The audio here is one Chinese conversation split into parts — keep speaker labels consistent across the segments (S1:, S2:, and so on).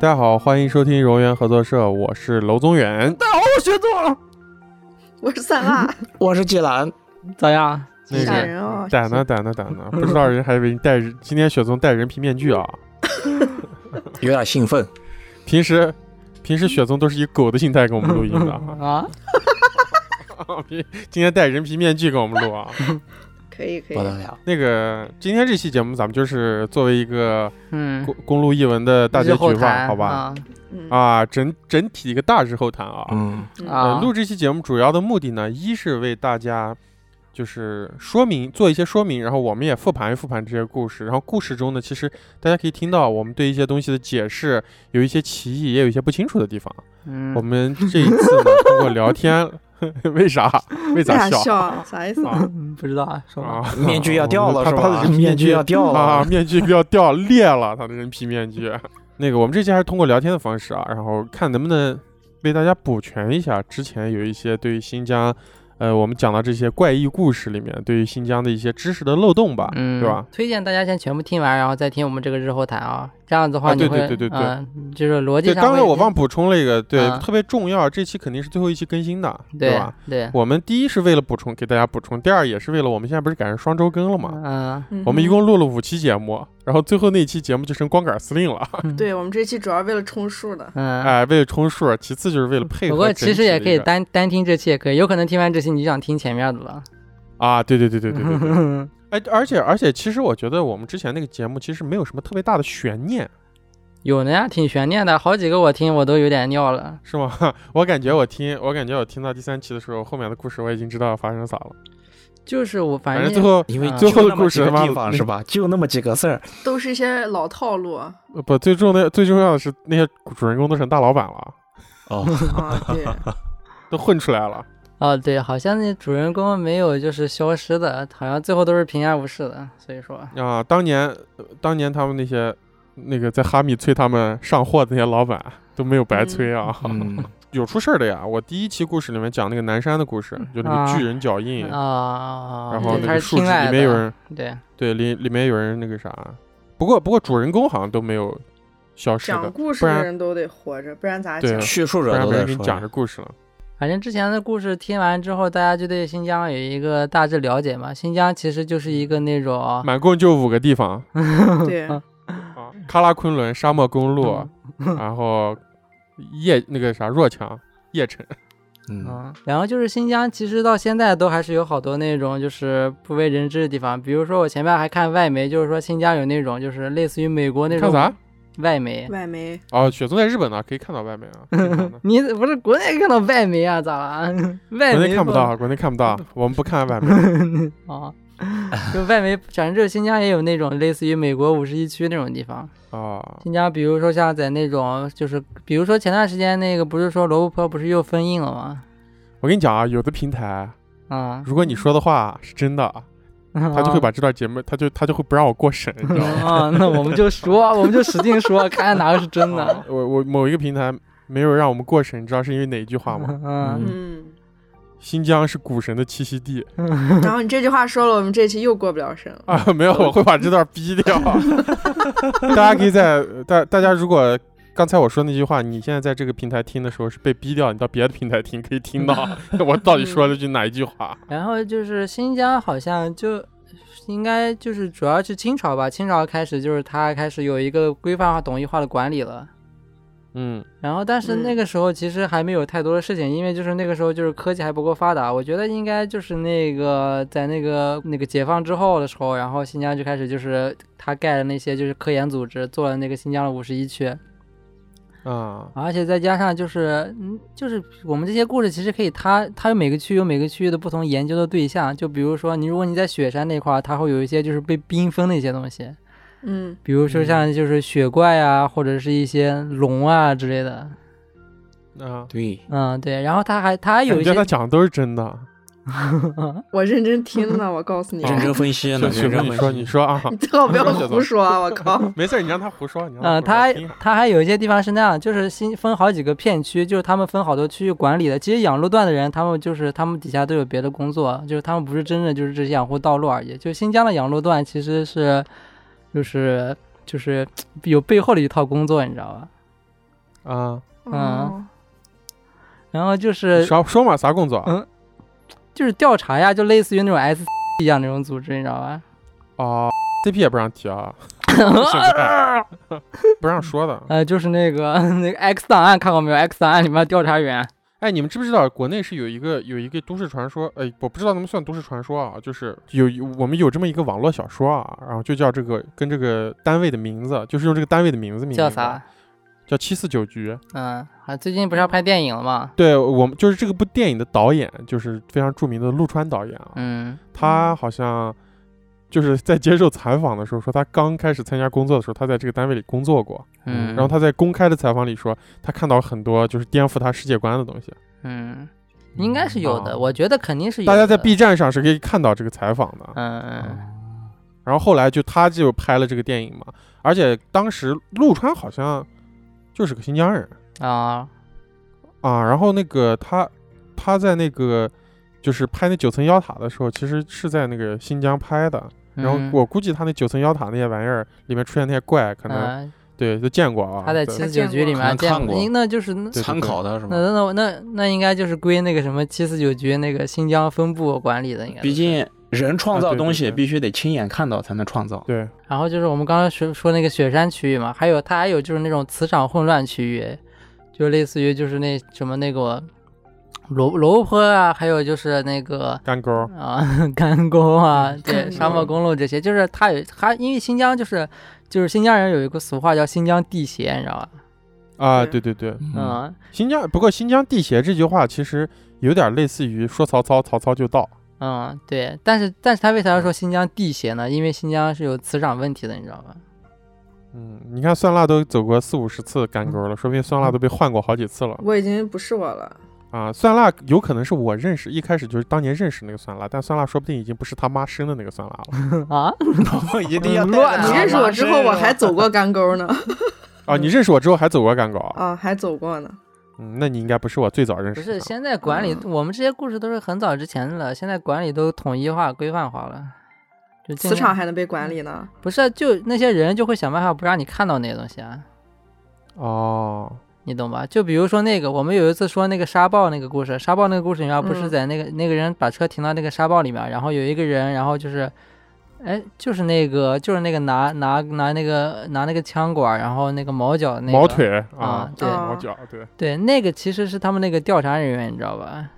S1: 大家好，欢迎收听荣源合作社，我是娄宗远。
S2: 大家好，我学错了，
S3: 我是散辣，
S2: 我是季兰。
S4: 咋样？
S1: 那
S3: 吓
S1: 个
S3: 人哦！
S1: 胆呢胆呢胆呢， 不知道人还以为你戴人今天雪松戴人皮面具啊。
S2: 有点兴奋，
S1: 平时平时雪松都是以狗的心态给我们录音的啊，
S4: 啊，
S1: 平 今天戴人皮面具给我们录啊。
S3: 可以可以
S2: 不，得了。
S1: 那个今天这期节目咱们就是作为一个
S4: 嗯，
S1: 公公路译文的大结
S4: 日后
S1: 局吧，
S4: 谈
S1: 好吧？
S4: 啊
S3: 嗯
S1: 啊，整整体一个大日后谈啊。
S2: 嗯，
S3: 嗯
S1: 呃，
S4: 啊，
S1: 录这期节目主要的目的呢，一是为大家就是说明做一些说明，然后我们也复盘一复盘这些故事。然后故事中呢，其实大家可以听到我们对一些东西的解释有一些歧义，也有一些不清楚的地方。
S4: 嗯
S1: 我们这一次呢，通过聊天， 为啥为
S3: 为啥
S1: 啥笑
S3: 笑？啥意思？
S1: 啊
S4: 嗯不知道啊，说吧
S1: 啊？
S2: 面具要掉 了
S1: 他
S2: 是
S1: 他的
S2: 吧？
S1: 人
S2: 面具要掉
S1: 啊，
S2: 了，
S1: 面具要掉裂了，他的人皮面具。 那个，我们这期还是通过聊天的方式啊，然后看能不能为大家补全一下之前有一些对于新疆，呃，我们讲到这些怪异故事里面对于新疆的一些知识的漏洞吧，
S4: 嗯，
S1: 对吧？？
S4: 推荐大家先全部听完，然后再听我们这个日后谈啊。这样子的话，
S1: 啊
S4: 你
S1: 对
S4: 会
S1: 对对对对
S4: 嗯就是逻辑
S1: 对，
S4: 上会。
S1: 刚才我忘补充了一个，对，
S4: 嗯
S1: 特别重要，这期肯定是最后一期更新的，对
S4: 对
S1: 吧？
S4: 对，
S1: 我们第一是为了补充给大家补充，第二也是为了我们现在不是赶上双周更了嘛，
S4: 嗯，
S3: 嗯哼
S1: 我们一共录了五期节目，然后最后那期节目就成光杆司令了，
S3: 嗯对我们这期主要为了充数的，
S4: 嗯。
S1: 啊哎，为了充数，其次就是为了配合
S4: 不
S1: 整体的一个。
S4: 过其实也可以单单听这期也可以，有可能听完这期你就想听前面 的了。
S1: 啊，对对对对对对
S4: 嗯
S1: 对，哎，而且而且，其实我觉得我们之前那个节目其实没有什么特别大的悬念，
S4: 有的呀，挺悬念的，好几个我听我都有点尿了。
S1: 是吗？ 我感觉我听，我感觉我听到第三期的时候，后面的故事我已经知道发生啥了。
S4: 就是我反
S1: 反
S4: 正
S1: 正最后
S2: 因为
S4: 啊
S1: 最后的
S2: 就那么
S1: 故
S2: 几
S1: 事嗯
S2: 个
S1: 嘛
S2: 地方
S1: 那
S2: 是吧？就那么几个事儿，
S3: 都是一些老套路啊。
S1: 呃不最重要最重要的是那些主人公都成大老板了，
S2: 哦，
S3: 对，
S1: 都混出来了。
S4: 哦，对，好像那主人公没有就是消失的，好像最后都是平安无事的。所以说，
S1: 啊，当年呃当年他们那些那个在哈密催他们上货的那些老板都没有白催啊，
S2: 嗯，
S1: 有出事儿的呀。我第一期故事里面讲那个南山的故事，就那个
S4: 啊
S1: 巨人脚印，
S4: 啊，
S1: 嗯然后
S4: 对
S1: 那
S4: 他
S1: 个
S4: 是
S1: 树
S4: 新
S1: 枝
S4: 来
S1: 里
S4: 的，
S1: 面有人。
S4: 对，
S1: 对，里里面有人那个啥，不过不过主人公好像都没有消失
S3: 讲
S1: 的，
S3: 故事
S1: 不然
S3: 的人都得活着，不然咋
S1: 对
S3: 讲？
S2: 叙述
S1: 不
S2: 者
S1: 然
S2: 都
S1: 没人
S2: 在
S1: 给你
S2: 说
S1: 讲这故事了。
S4: 反正之前的故事听完之后，大家就对新疆有一个大致了解嘛。新疆其实就是一个那种，
S1: 满共就五个地方
S3: 对，
S4: 嗯
S1: 啊，喀拉昆仑沙漠公路，然后叶那个啥若强、叶城，啊
S2: 嗯，
S4: 嗯，然后就是新疆，其实到现在都还是有好多那种就是不为人知的地方。比如说我前面还看外媒，就是说新疆有那种就是类似于美国那
S1: 看
S4: 种
S1: 啥？
S4: 外媒。
S3: 外媒
S1: 哦，雪松在日本呢，可以看到外面啊。可以看 到
S4: 你不是国内看到外媒啊？咋了？外
S1: 国
S4: 媒
S1: 内看不到，国内看不 到，我们不看外面。
S4: 啊。就外媒，反正就是新疆也有那种类似于美国五十一区那种地方。
S1: 啊。
S4: 新疆，比如说像在那种，就是比如说前段时间那个，不是说罗布泊不是又封印了吗？
S1: 我跟你讲啊，有的平台，
S4: 啊、
S1: 如果你说的话是真的，啊
S4: 嗯，
S1: 他就会把这段节目，他就他就会不让我过审，你知道吗？
S4: 啊、那我们就说，我们就使劲说，看哪个是真
S1: 啊
S4: 的。
S1: 我我某一个平台没有让我们过审，你知道是因为哪一句话吗？
S4: 嗯，
S3: 嗯，
S1: 新疆是股神的栖息地
S3: 然后你这句话说了，我们这期又过不了审了。
S1: 啊！没有，我会把这段逼掉。 大家可以在大大家如果刚才我说那句话，你现在在这个平台听的时候是被逼掉，你到别的平台听可以听到
S4: 嗯
S1: 我到底说了句哪一句话。
S4: 然后就是新疆好像就应该就是主要是清朝吧，清朝开始就是它开始有一个规范化、统一化的管理了。
S1: 嗯，
S4: 然后，但是那
S3: 嗯
S4: 个时候其实还没有太多的事情，因为就是那个时候就是科技还不够发达。我觉得应该就是那个在那个那个解放之后的时候，然后新疆就开始就是他盖了那些就是科研组织，做了那个新疆的五十一区，
S1: 啊，
S4: 而且再加上就是嗯就是我们这些故事其实可以它它有每个区有每个区域的不同研究的对象，就比如说你如果你在雪山那块儿，它会有一些就是被冰封的一些东西，
S3: 嗯，
S4: 比如说像就是雪怪啊，或者是一些龙啊之类的。
S1: 啊，
S2: 对，
S4: 嗯，对，然后他还他还有
S1: 你
S4: 一
S1: 觉
S4: 些
S1: 得他讲的都是真的？
S3: 我认真听呢，我告诉你，
S1: 啊
S2: 认真分析呢，
S1: 雪雪
S2: 认
S1: 峰，
S2: 真
S1: 你说
S2: 分
S1: 你。说啊，
S2: 析
S3: 你最好不要胡说啊，我靠！
S1: 没事，你让他胡说，你让胡说
S4: 嗯，它
S1: 听
S4: 它还有一些地方是那样，就是新分好几个片区，就是他们分好多区域管理的。其实养路段的人，他们就是他们底下都有别的工作，就是他们不是真的就是只是养护道路而已。就新疆的养路段其实是，就是就是有背后的一套工作，你知道吧？呃
S1: 啊，
S3: 哦，
S4: 然后就是
S1: 说说嘛，啥工作？
S4: 嗯就是调查呀，就类似于那种 S 一样那种组织，你知道吧？
S1: 啊，CP 也不让提 啊，现在不让说的。
S4: 呃，就是那个 那个 X 档案看过没有？X 档案里面的调查员，
S1: 哎，你们知不知道国内是有一个有一个都市传说？哎，我不知道能不能算都市传说啊，就是有我们有这么一个网络小说啊，然后就叫这个跟这个单位的名字，就是用这个单位的名字命名
S4: 叫
S1: 的
S4: 啥？？
S1: 叫七四九局。
S4: 嗯，啊，最近不是要拍电影了吗？
S1: 对我们就是这个部电影的导演，就是非常著名的陆川导演啊，
S4: 嗯，
S1: 他好像就是在接受采访的时候说，他刚开始参加工作的时候，他在这个单位里工作过。
S4: 嗯
S1: 然后他在公开的采访里说，他看到很多就是颠覆他世界观的东西。
S4: 嗯，应该是有的，
S1: 啊
S4: 我觉得肯定是有
S1: 大
S4: 的。
S1: 家在 B 站上是可以看到这个采访的。
S4: 嗯嗯
S1: 然后后来就他就拍了这个电影嘛，而且当时陆川好像就是个新疆人
S4: 嗯啊，
S1: 啊。然后那个他他在那个就是拍那九层妖塔的时候，其实是在那个新疆拍的。然后
S4: 嗯
S1: 我估计他那九层妖塔那些玩意儿里面出现那些怪，可能、
S4: 嗯
S1: 对都见过啊。
S4: 他在
S1: 对
S4: 七四九局里面
S2: 可能看过
S4: 应那就是那
S1: 对
S2: 参考的是
S3: 嗯
S2: 吗？
S4: 那那那那应该就是归那个什么七四九局那个新疆分部管理的，应该是。
S2: 毕竟人创造东
S1: 啊对
S2: 西
S1: 对对
S2: 必须得亲眼看到才能创造。
S1: 对
S4: 然后就是我们刚刚说说那个雪山区域嘛，还有它还有就是那种磁场混乱区域，就类似于就是那什么那个罗罗布泊啊，还有就是那个
S1: 干沟儿
S4: 啊 干沟啊，
S3: 嗯干
S4: 对
S3: 沟
S4: 沙漠公路这些，就是它有它因为新疆就是就是新疆人有一个俗话叫新疆地邪，你知道吧？
S1: 啊，对
S3: 对
S1: 对对，
S2: 嗯，
S4: 嗯
S1: 新疆不过新疆地邪这句话其实有点类似于说曹操，曹操就到。
S4: 嗯，对，但是但是他为啥要说新疆地邪呢？因为新疆是有磁场问题的，你知道吧？
S1: 嗯，你看酸辣都走过四五十次干沟了，说不定酸辣都被换过好几次了
S3: 我已经不是我了。
S1: 啊！酸辣有可能是我认识，一开始就是当年认识那个酸辣，但酸辣说不定已经不是他妈生的那个酸辣了
S4: 啊，
S2: 一 定要
S4: 乱啊
S3: 嗯你认识我之后，我还走过干沟呢。
S1: 啊！你认识我之后还走过干沟，
S3: 啊，还走过呢。
S1: 嗯，那你应该不是我最早认识
S4: 不
S1: 的。
S4: 是，现在管理、
S3: 嗯
S4: 我们这些故事都是很早之前的了，现在管理都统一化、规范化了。就尽
S3: 磁场
S4: 量
S3: 还能被管理呢？
S4: 不是啊，就那些人就会想办法不让你看到那些东西啊，
S1: 哦，
S4: 你懂吧？就比如说那个，我们有一次说那个沙暴那个故事，沙暴那个故事里面不是
S3: 嗯
S4: 在那个、那个人把车停到那个沙暴里面，然后有一个人，然后就是，哎，就是那个就是那个拿拿拿那个拿那个枪管，然后那个毛脚那个
S1: 毛腿啊
S4: 啊，，对
S3: 啊
S1: 毛脚，对，
S4: 对，那个其实是他们那个调查人员，你知道吧？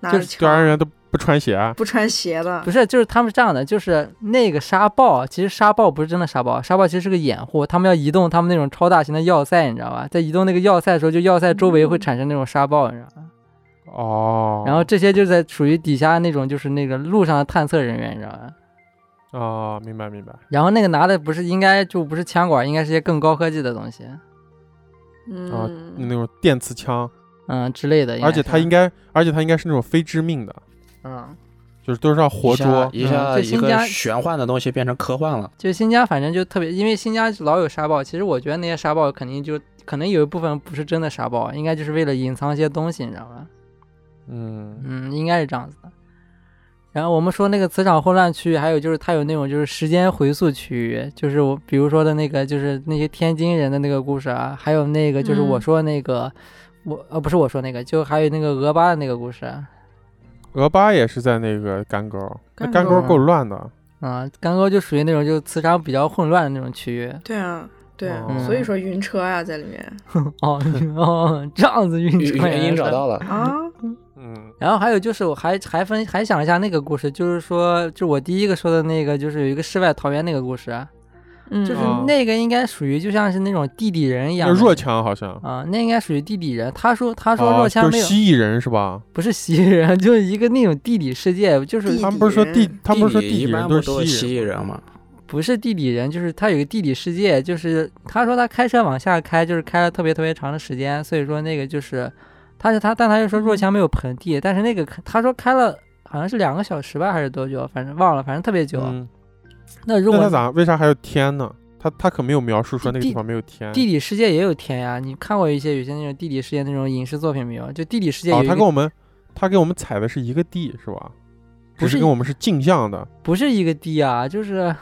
S3: 拿
S4: 就
S3: 着
S4: 是
S1: 调查
S3: 枪
S1: 人员都不穿鞋啊
S3: 不穿鞋的
S4: 不，是，就是他们是这样的，就是那个沙暴，其实沙暴不是真的沙暴，沙暴其实是个掩护，他们要移动他们那种超大型的要塞，你知道吧？在移动那个要塞的时候，就要塞周围会产生那种沙暴，你知道吧？
S1: 哦，
S4: 然后这些就在属于底下那种就是那个路上的探测人员，你知道吧？
S1: 哦，明白明白，
S4: 然后那个拿的不是应该就不是枪管，应该是些更高科技的东西，哦
S1: 那
S3: 嗯，
S1: 种电磁枪，
S4: 嗯之类的。
S1: 而且他应
S4: 该
S1: 该，而且他应该是那种非致命的，
S4: 是，嗯，
S1: 就是都是要活捉，
S2: 一下
S4: 嗯就
S2: 一
S4: 新
S2: 个
S4: 疆
S2: 玄幻的东西变成科 幻了。
S4: 就新疆反正就特别，因为新疆老有沙暴，其实我觉得那些沙暴肯定就可能有一部分不是真的沙暴，应该就是为了隐藏一些东西，你知道吧？
S1: 嗯，
S4: 嗯，应该是这样子的。然后我们说那个磁场混乱区域，还有就是它有那种就是时间回溯区域，就是我比如说的那个就是那些天津人的那个故事啊，还有那个就是我
S3: 嗯
S4: 说那个、我呃不是我说那个，就还有那个俄巴的那个故事，啊
S1: 俄巴也是在那个干沟，那
S3: 干
S1: 干沟
S4: 沟
S1: 够乱的，
S4: 啊、干沟就属于那种就磁场比较混乱的那种区域。
S3: 对啊，对啊
S1: 嗯，
S3: 所以说晕车呀，在里面
S4: 哦哦，这样
S1: 哎
S4: 子运转
S2: 原因找到了，
S3: 啊，
S1: 嗯
S4: 然后还有就是，我还还分还想了一下那个故事，就是说，就我第一个说的那个，就是有一个世外桃源那个故事，啊
S3: 嗯，
S4: 就是
S1: 哦
S4: 那个应该属于就像是那种地底人一样
S1: 那
S4: 的，
S1: 弱强好像，
S4: 啊、那应该属于地底人。他说他说
S1: 哦
S4: 若羌
S1: 就
S4: 没
S1: 是
S4: 有、
S1: 蜥蜴人是吧？
S4: 不是蜥蜴人， 就是一个那种地底世界，就是
S3: 地
S1: 他们不是说地
S3: 底人，
S1: 他们不是说
S2: 地
S1: 地
S2: 理
S1: 底
S2: 一
S1: 人
S2: 般不
S1: 是
S2: 是
S1: 蜥蜴人，
S2: 蜥蜴人嘛？
S4: 不是地底人，就是他有个地底世界，就是他说他开车往下开，就是开了特别特别长的时间，所以说那个就是，他是他，但他又说若羌没有盆地，但是那个他说开了好像是两个小时吧，还是多久，反正忘了，反正特别久。
S1: 嗯
S4: 那如
S1: 那他
S4: 果
S1: 咋为啥还有天呢？他他可没有描述说那个地
S4: 地
S1: 方没有天。啊
S4: 地底世界也有天呀，你看过一些有些那种地底世界那种影视作品没有？就地底世界有
S1: 哦，
S4: 一
S1: 他
S4: 个
S1: 跟我们他跟我们踩的是一个地是吧？
S4: 不
S1: 只
S4: 是
S1: 是跟我们是镜像的
S4: 不是一个地啊，就是，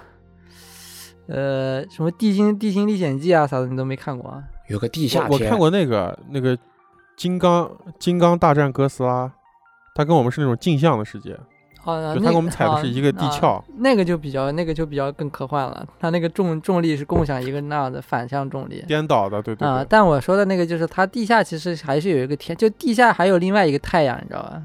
S4: 呃，什么《地心地心历险记》啊啥的，你都没看过啊？
S2: 有个地下
S1: 我
S2: 天，
S1: 我看过那个那个金刚金刚大战哥斯拉，它跟我们是那种镜像的世界，
S4: 哦，
S1: 就它
S4: 那
S1: 跟我们踩的是一个地
S4: 啊
S1: 壳。
S4: 那个就比较那个就比较更科幻了，它那个重重力是共享一个那样的反向重力。
S1: 颠倒的，对对
S4: 啊、
S1: 对，
S4: 但我说的那个就是它地下其实还是有一个天，就地下还有另外一个太阳，你知道吧？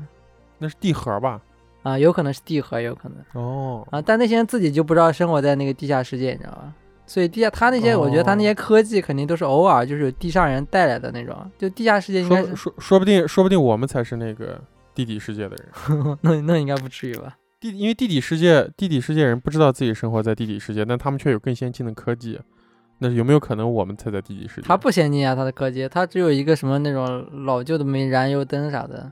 S1: 那是地核吧？
S4: 啊，有可能是地核，有可能
S1: 哦，
S4: 啊，但那些人自己就不知道生活在那个地下世界，你知道吧？所以地下他那些，我觉得他那些科技肯定都是偶尔就是有地上人带来的那种，就地下世界应该
S1: 说
S4: 是，
S1: 说说不定说不定我们才是那个地底世界的人。
S4: 那那应该不至于吧？
S1: 地因为地底世界地底世界人不知道自己生活在地底世界，但他们却有更先进的科技。那有没有可能我们才在地底世界？
S4: 它不先进啊，它的科技，它只有一个什么那种老旧的煤燃油灯啥的。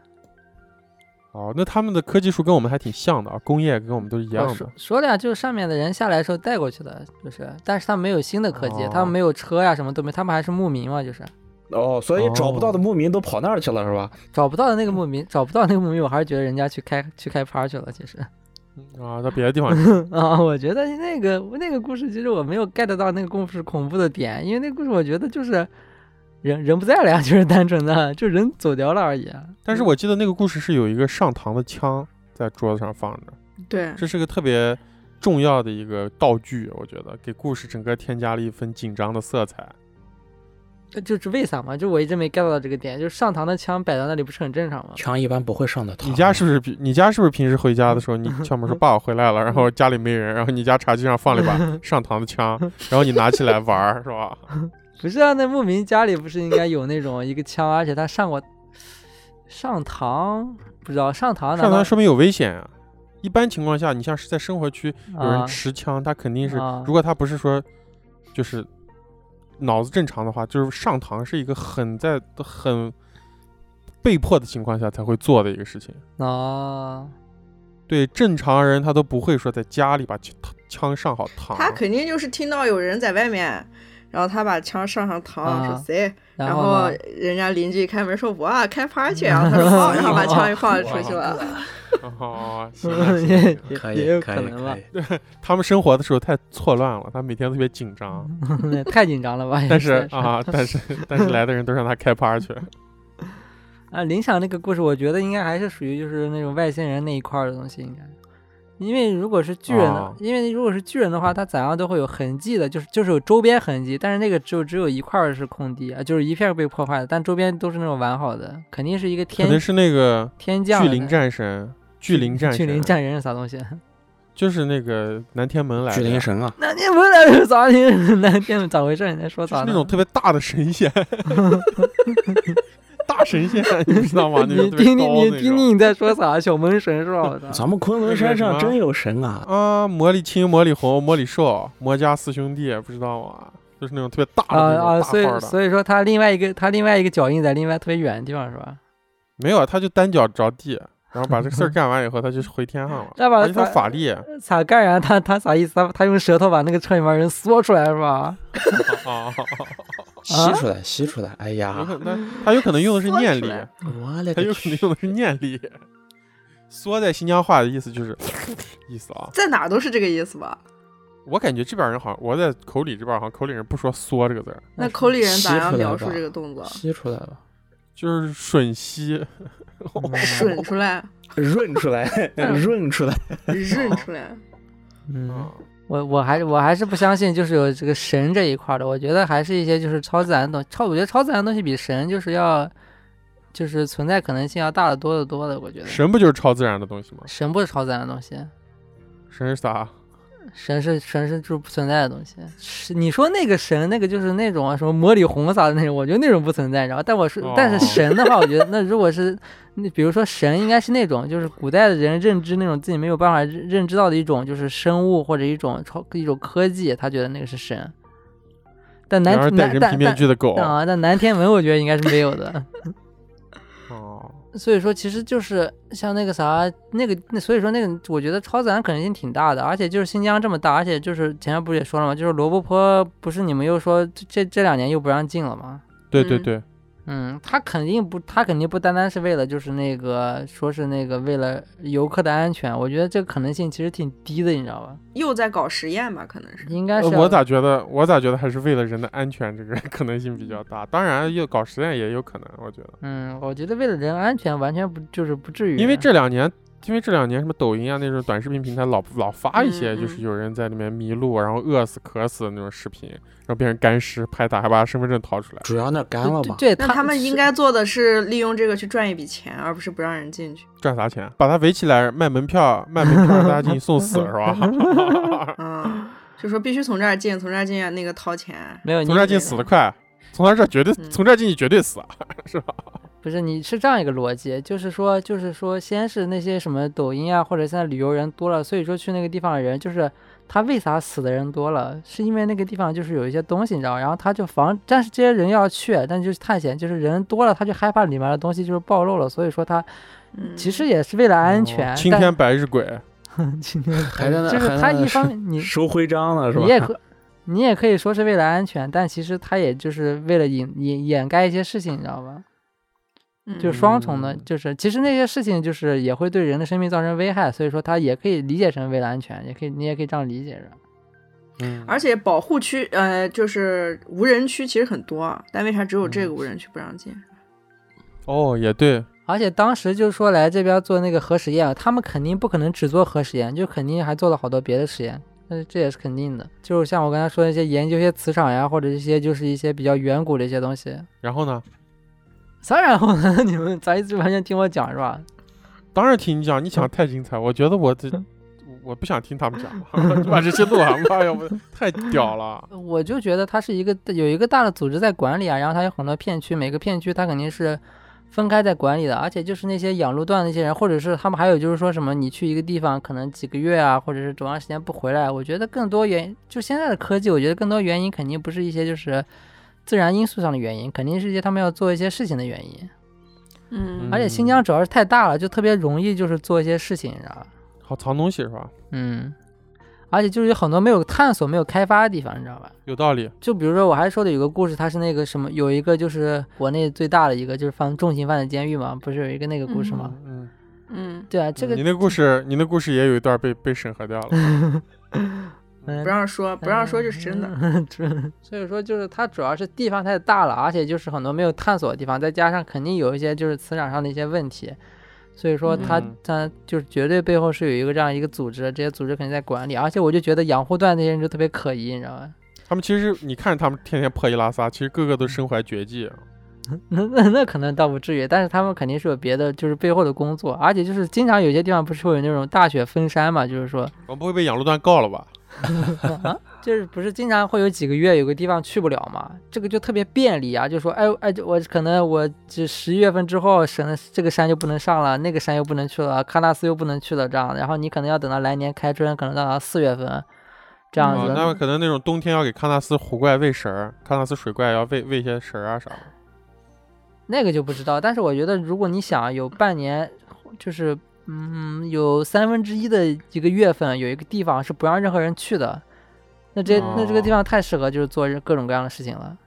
S1: 哦，那他们的科技树跟我们还挺像的啊，工业跟我们都是一样
S4: 我
S1: 的
S4: 哦说。说了呀，就是上面的人下来的时候带过去的，就是，但是他没有新的科技，
S1: 哦
S4: 他们没有车呀、什么都没，他们还是牧民嘛，就是
S2: 哦，所以找不到的牧民都跑那儿去了是吧？
S4: 找不到的那个牧民，找不到那个牧民，我还是觉得人家去开去开趴去了，其实
S1: 啊，到别的地方去
S4: 啊，我觉得那个那个故事其实我没有 get 到那个故事恐怖的点，因为那个故事我觉得就是人人不在了呀， 就是单纯的就人走掉了而已啊。
S1: 但是我记得那个故事是有一个上膛的枪在桌子上放着，
S3: 对，
S1: 这是个特别重要的一个道具，我觉得给故事整个添加了一份紧张的色彩。
S4: 呃就是为啥嘛？就我一直没 get 到这个点，就是上膛的枪摆到那里不是很正常吗？
S2: 枪一般不会上的膛。
S1: 你家是不是比你家是不是平时回家的时候，你敲门说爸我回来了，然后家里没人，然后你家茶几上放了一把上膛的枪，然后你拿起来玩儿是吧？
S4: 不是啊，那牧民家里不是应该有那种一个枪，而且他上过上膛，不知道上膛难
S1: 上
S4: 道
S1: 膛说明有危险啊。一般情况下，你像是在生活区有人
S4: 啊
S1: 持枪，他肯定是
S4: 啊，
S1: 如果他不是说就是脑子正常的话，就是上膛是一个很在很被迫的情况下才会做的一个事情。
S4: 啊
S1: 对正常人，他都不会说在家里把枪枪上好膛。
S3: 他肯定就是听到有人在外面，然后他把枪上上膛，
S4: 啊
S3: 说谁？
S4: 然后
S3: 后
S4: 呢
S3: 人家邻居开门说我啊开趴去啊，他说好，然后把枪一放出去了。
S1: 哦，行了行了
S4: 也
S1: 行了
S2: 可
S4: 也
S2: 以
S4: 有
S2: 可
S4: 可
S2: 以
S4: 能吧啊
S2: 可以，
S1: 他们生活的时候太错乱了，他每天特别紧张。
S4: 也太紧张了吧？也
S1: 但
S4: 嗯是
S1: 是啊，但 是但是来的人都让他开趴去。
S4: 啊，林想那个故事，我觉得应该还是属于就是那种外星人那一块儿的东西，应该。因为如果是巨人的，
S1: 啊
S4: 因为如果是巨人的话，他咋样都会有痕迹的，就是就是有周边痕迹，但是那个只有只有一块儿是空地啊，就是一片儿被破坏的，但周边都是那种完好的，肯定是一个
S1: 可能
S4: 天
S1: 是那个
S4: 天降
S1: 巨
S4: 的
S1: 灵战神，巨灵战
S4: 巨灵
S1: 神，
S4: 战人是啥东西？
S1: 就是那个南天门来
S2: 巨
S1: 的呀
S2: 灵，神啊，
S4: 那天不是 啥？那天咋回事？你在说
S1: 就是
S4: 啥呢？
S1: 那种特别大的神 仙，大神仙，啊你知道 吗？那
S4: 你
S1: 种特别
S4: 听
S1: 高
S4: 听
S1: 那
S4: 你
S1: 种
S4: 听听你在说啥？小门神是吧？我操！
S2: 咱们昆仑山上真有神啊！
S1: 啊，魔力青、魔力红、魔力兽、魔家四兄弟，不知道吗？就是那种特别大
S4: 啊
S1: 的那
S4: 啊，
S1: 种
S4: 所以
S1: 大号的，
S4: 所以说他另外一个他另外一个脚印在另外特别远的地方是吧？
S1: 没有，啊他就单脚着地，然后把这个事儿干完以后，他就回天上 了。
S4: 那把
S1: 而且他法力，啊
S4: 咋干啥？他他啥意思？他他用舌头把那个车里面人缩出来是吧？
S1: 啊
S2: 吸出来，吸出来！哎
S1: 啊！有
S2: 呀，
S1: 可能他有可能用的是念力
S3: 缩出，来
S2: 我勒
S1: 他有
S2: 个
S1: 可能
S2: 去！
S1: 用的是念力。缩在新疆话的意思就是意思啊，
S3: 在哪儿都是这个意思吧？
S1: 我感觉这边人好像我在口里这边好像口里人不说“缩”这个字儿，
S3: 那口里人咋
S2: 吸出
S3: 样
S2: 来
S3: 描
S2: 吧
S3: 述这个动 作？
S2: 吸出来了，
S1: 就是吮吸。
S3: 嗯 吮出 来，
S2: 润出来，润出来！
S3: 润出来。
S4: 嗯，
S1: 啊
S4: 我我还是我还是不相信，就是有这个神这一块的。我觉得还是一些就是超自然的东超，我觉得超自然的东西比神就是要就是存在可能性要大得多得多的。我觉得
S1: 神不就是超自然的东西吗？
S4: 神不是超自然的东西，
S1: 神是啥？
S4: 神是神是就是不存在的东西。是你说那个神，那个就是那种啊什么魔里红啥的那种，我觉得那种不存在，你知道吧？但我是、
S1: 哦
S4: 但是神的话，我觉得那如果是那比如说神，应该是那种就是古代的人认知那种自己没有办法认认知到的一种就是生物或者一种超一种科技，他觉得那个是神。但
S1: 然而
S4: 南
S1: 戴
S4: 南
S1: 人皮
S4: 但
S1: 面
S4: 但
S1: 具的狗。
S3: 哦
S4: 啊，但南天门我觉得应该是没有的。
S1: 哦，
S3: 嗯
S4: 所以说，其实就是像那个啥，那个那，所以说那个，我觉得超自然可能性挺大的，而且就是新疆这么大，而且就是前面不是也说了嘛，就是罗布泊不是你们又说这这这两年又不让进了吗？
S1: 对对呃
S3: 嗯
S1: 对，
S4: 嗯，他肯定不，他肯定不单单是为了就是那个说是那个为了游客的安全，我觉得这个可能性其实挺低的，你知道吧？
S3: 又在搞实验吧？可能是
S4: 应该是
S1: 呃
S4: 要、
S1: 我咋觉得，我咋觉得还是为了人的 安全，这个可能性比较大。当然，要搞实验也有可能，我觉得，
S4: 嗯，我觉得为了人安全完全不就是不至于，
S3: 啊
S4: 啊
S1: 因为这两年，因为这两年什么抖音啊那种短视频平台老老发一些，
S3: 嗯
S1: 就
S3: 嗯
S1: 是有人在里面迷路，然后饿死、渴死的那种视频，然后变成干尸，拍打还把身份证掏出来。
S2: 主要那儿干了吧？
S4: 对，对
S3: 那他们应
S4: 是
S3: 该做的是利用这个去赚一笔钱，而不是不让人进去。
S1: 赚啥钱？啊把它围起来卖门票，卖门票让大家进去送死是吧？
S3: 嗯，就说必须从这儿进，从这儿进啊那个掏钱。
S4: 没有你
S1: 从这儿进死得快，从他这儿绝对，
S3: 嗯
S1: 从这儿进去绝对死。
S4: 不是，你是这样一个逻辑，就是说，就是说，先是那些什么抖音啊，或者现在旅游人多了，所以说去那个地方的人，就是他为啥死的人多了，是因为那个地方就是有一些东西，你知道吗，然后他就防，但是这些人要去，但就是探险，就是人多了，他就害怕里面的东西就是暴露了，所以说他
S3: 嗯，
S4: 其实也是为了安全。
S1: 青天白日鬼，
S4: 但 青天白
S2: 哦还在
S4: 日，
S2: 那
S4: 就是
S2: 还在
S4: 他
S2: 那
S4: 一
S2: 说
S4: 方面你
S2: 收徽章 了是吧
S4: 你？也可，你也可以说是为了安全，但其实他也就是为了掩掩掩盖一些事情，你知道吧？
S3: 嗯
S4: 就是双重的
S2: 嗯，
S4: 就是其实那些事情就是也会对人的生命造成危害，所以说它也可以理解成为了安全，也可以你也可以这样理解着。
S1: 嗯，
S3: 而且保护区，呃，就是无人区其实很多啊，但为啥只有这个无人区不让进？
S1: 哦也对，
S4: 而且当时就说来这边做那个核实验，啊他们肯定不可能只做核实验，就肯定还做了好多别的实验，但是这也是肯定的。就是像我刚才说的一些研究一些磁场呀，或者一些就是一些比较远古的一些东西。
S1: 然后呢？
S4: 啥然后呢？ 你们咱一直完全听我讲是吧？
S1: 当然听你讲，你讲得太精彩，我觉得我这我不想听他们讲，就把这些录完吧，要不太屌了。
S4: 我就觉得它是一个有一个大的组织在管理啊，然后它有很多片区，每个片区它肯定是分开在管理的，而且就是那些养路段那些人，或者是他们还有就是说什么你去一个地方可能几个月啊，或者是多长时间不回来，我觉得更多原就现在的科技，我觉得更多原因肯定不是一些就是自然因素上的原因，肯定是一些他们要做一些事情的原因，
S3: 嗯
S1: 嗯
S4: 而且新疆主要是太大了，就特别容易就是做一些事情，你知道吧？
S1: 好藏东西是吧？
S4: 嗯，而且就是有很多没有探索、没有开发的地方，你知道吧？
S1: 有道理。
S4: 就比如说，我还说的有个故事，它是那个什么，有一个就是国内最大的一个就是犯重刑犯的监狱嘛，不是有一个那个故事吗？
S1: 嗯嗯，
S3: 嗯，
S4: 对啊，这个
S1: 你那故事，你那故事也有一段被被审核掉了。
S4: 嗯
S3: 不让说，不让说就是真的。
S4: 的。所以说，就是它主要是地方太大了，而且就是很多没有探索的地方，再加上肯定有一些就是磁场上的一些问题，所以说它
S1: 嗯
S4: 它就是绝对背后是有一个这样一个组织，这些组织肯定在管理，而且我就觉得养护段那些人就特别可疑，你知道吧？
S1: 他们其实你看他们天天破衣拉撒，其实个个都身怀绝技。啊
S4: 那那那可能倒不至于，但是他们肯定是有别的，就是背后的工作，而且就是经常有些地方不是会有那种大雪封山嘛，就是说，
S1: 我们不会被养路段告了吧？
S4: 啊就是不是经常会有几个月有个地方去不了嘛，这个就特别便利啊，就说哎哎，我可能我这十一月份之后，省得这个山就不能上了，那个山又不能去了，喀纳斯又不能去了这样，然后你可能要等到来年开春，可能等到四月份这样
S1: 啊
S4: 子，，
S1: 那可能那种冬天要给喀纳斯湖怪喂食儿，喀纳斯水怪要喂喂一些食儿啊啥的。
S4: 那个就不知道，但是我觉得，如果你想有半年，就是嗯，有三分之一的一个月份，有一个地方是不让任何人去的，那这那这个地方太适合就是做各种各样的事情了。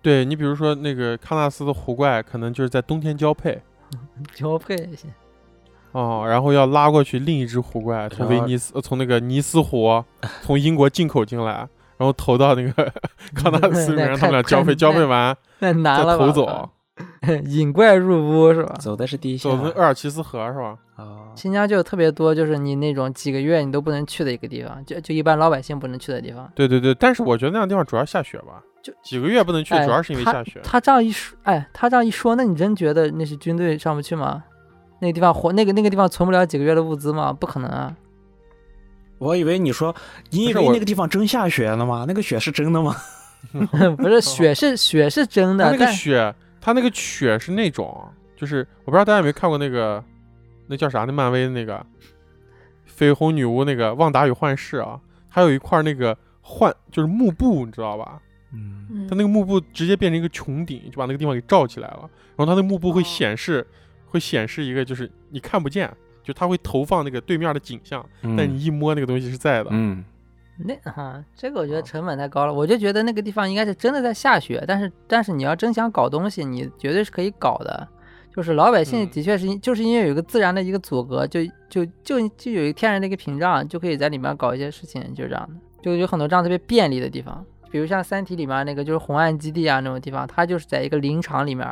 S1: 对你比如说那个喀纳斯的湖怪，可能就是在冬天交配
S4: 交配也行，
S1: 哦，然后要拉过去另一只湖怪，从威尼斯、呃从那个尼斯 湖从英国进口进来，然后投到那个 喀纳斯里面，
S4: 那
S1: 让他们俩
S4: 太
S1: 交配，
S4: 太
S1: 交配完
S4: 那
S1: 再
S4: 难了吧？啊
S1: 投走，啊
S4: 引怪入屋是吧？
S2: 走的是地下
S1: 走呃那厄尔齐斯河是吧？
S2: 啊，
S4: 新疆就有特别多，就是你那种几个月你都不能去的一个地方，就就一般老百姓不能去的地方。
S1: 对对对，但是我觉得那样地方主要下雪吧，
S4: 就
S1: 几个月不能去，
S4: 哎
S1: 主要是因为
S4: 他
S1: 下雪。
S4: 他这样一说，哎，他这样一说，那你真觉得那是军队上不去吗？那个地方活，那个那个地方存不了几个月的物资吗？不可 能啊！
S2: 我以为你说，你以
S1: 不是
S2: 为
S1: 我
S2: 那个地方真下雪了吗？那个雪是真的吗？
S4: 不是雪是雪是真
S1: 它
S4: 的，
S1: 那个
S4: 但
S1: 雪，它那个雪是那种，就是我不知道大家有没有看过那个，那叫啥？那漫威的那个绯红女巫那个《旺达与幻视》啊，还有一块那个幻就是幕布，你知道吧？
S2: 嗯，
S3: 嗯
S1: 它那个幕布直接变成一个穹顶，就把那个地方给罩起来了。然后它那个幕布会
S3: 哦
S1: 显示，会显示一个就是你看不见，就它会投放那个对面的景象，但你一摸那个东西是在的。
S2: 嗯，
S4: 那哈，这个我觉得成本太高了，我就觉得那个地方应该是真的在下雪，但是但是你要真想搞东西，你绝对是可以搞的。就是老百姓
S1: 嗯
S4: 的确是因、就是因为有一个自然的一个阻隔，就就就就有一个天然的一个屏障，就可以在里面搞一些事情，就是这样的。就有很多这样特别便利的地方，比如像《三体》里面那个就是红岸基地啊那种地方，它就是在一个林场里面，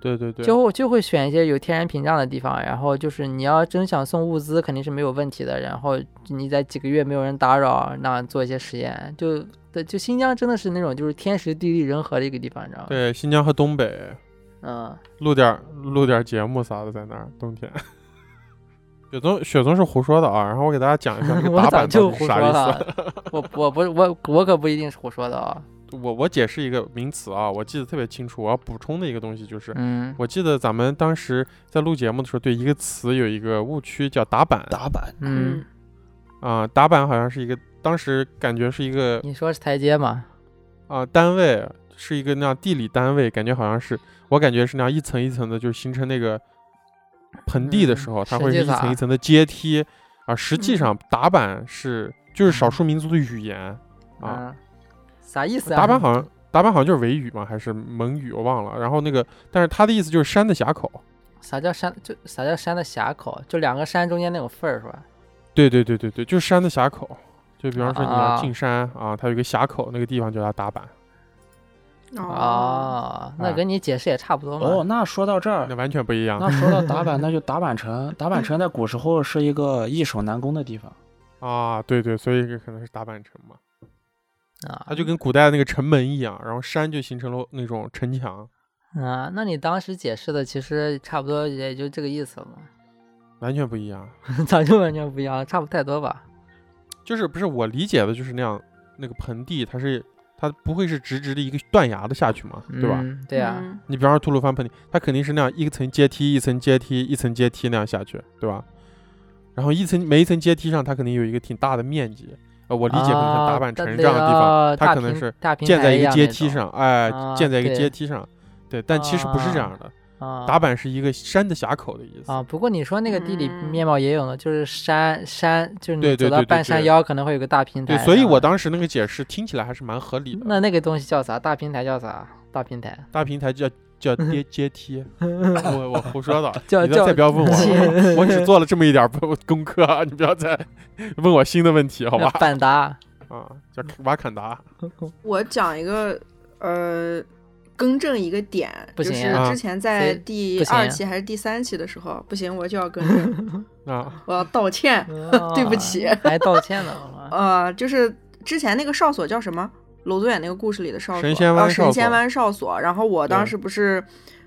S1: 对对对，
S4: 就会就会选一些有天然屏障的地方，然后就是你要真想送物资，肯定是没有问题的。然后你在几个月没有人打扰，那做一些实验，就对，就新疆真的是那种就是天时地利人和的一个地方，你知道吗？，
S1: 对新疆和东北
S4: 嗯，
S1: 录点儿录点儿节目啥的，在那儿冬天。 雪宗雪宗是胡说的啊，然后我给大家讲一下这个
S4: 我
S1: 打
S4: 早
S1: 板到
S4: 就
S1: 底
S4: 胡
S1: 是
S4: 说
S1: 啥意思。
S4: 了， 我我不是我我可不一定是胡说的啊、
S1: 我我解释一个名词啊，我记得特别清楚。我要补充的一个东西就是，
S4: 嗯，
S1: 我记得咱们当时在录节目的时候，对一个词有一个误区，叫打板
S2: 打板
S4: 嗯，
S1: 啊、打板好像是一个当时感觉是一个
S4: 你说是台阶嘛？
S1: 啊、单位，是一个那样地理单位，感觉好像是我感觉是那样一层一层的，就是形成那个盆地的时候，
S4: 嗯
S1: 它
S4: 实
S1: 会
S4: 际
S1: 是一
S4: 法
S1: 层一层的阶梯啊。实际
S3: 嗯
S1: 上，打板是就是少数民族的语言啊。
S4: 嗯，啥意思啊？
S1: 打板好像打板好像就是维语嘛，还是蒙语，我忘了。然后那个，但是他的意思就是山的峡口。
S4: 啥叫山？就啥叫山的峡口？就两个山中间那种缝儿是吧？
S1: 对对对对对，就是山的峡口。就比方说你要
S4: 啊
S1: 进山啊，它有一个峡口，那个地方就叫打板，
S4: 嗯
S3: 哦，
S4: 哦，那
S1: 哎
S4: 跟你解释也差不多嘛。
S2: 哦，那说到这儿
S1: 那，完全不一
S4: 啊
S1: 样
S2: 那说到打 板，那就打板城。打板城在古时候是一个易守难攻的地方。
S1: 啊。对对，所以这可能是打板城嘛，
S4: 啊，
S1: 它就跟古代的那个城门一样，然后山就形成了那种城墙，
S4: 啊，那你当时解释的其实差不多也就这个意思了嘛，
S1: 完全不一样。
S4: 早就完全不一样了，差不太多吧？
S1: 就是不是我理解的，就是那样那个盆地，它是它不会是直直的一个断崖的下去嘛，对吧？
S4: 嗯？对啊，
S3: 嗯
S1: 你比方说吐鲁番盆地，它肯定是那样一层阶梯一层阶梯一层阶梯那样下去，对吧？然后一层每一层阶梯上，它肯定有一个挺大的面积。呃，我理解可能像
S4: 啊
S1: 打板城
S4: 大
S1: 这样的地方，
S4: 啊
S1: 它
S4: 大
S1: 可能
S4: 平
S1: 是
S4: 大平
S1: 建在
S4: 台
S1: 一个
S4: 样
S1: 阶
S4: 那
S1: 梯
S4: 种
S1: 上，哎，
S4: 啊
S1: 建在一个
S4: 对
S1: 阶梯上，对，但其实不是这样的，
S4: 啊。
S1: 打板是一个山的峡口的意思。
S4: 啊，不过你说那个地理
S3: 嗯
S4: 面貌也有呢，就是山山，就是
S1: 对
S4: 你
S1: 对
S4: 走到
S1: 对对
S4: 半山
S1: 对
S4: 腰可能会有个大平台
S1: 对，
S4: 上的。
S1: 所以我当时那个解释听起来还是蛮合理的。
S4: 那那个东西叫啥？大平台叫啥？大平台
S1: 大平台叫叫阶阶梯，我我胡说的，
S4: 叫
S1: 你再
S4: 叫
S1: 再不要问我了，
S4: 阶
S1: 我只做了这么一点儿功课啊，你不要再 问我新的问题，好
S4: 那
S1: 吧？
S4: 反达
S1: 啊，叫瓦坎达，
S3: 我讲一个呃，更正一个点，
S4: 不
S3: 就
S4: 行
S3: 是
S1: 啊
S3: 之前在
S4: 谁
S3: 第
S4: 不行
S3: 二期还是第三期的时候，不行，我就要更 正，
S1: 啊，
S3: 我要道歉， 对不起
S4: 啊还道歉呢。
S3: 呃，就是之前那个哨所叫什么？娄宗远那个故事里的哨所，
S1: 神仙湾
S3: 啊
S1: 哨
S3: 神仙
S1: 所
S3: 湾哨所。然后我当
S1: 对
S3: 时不是，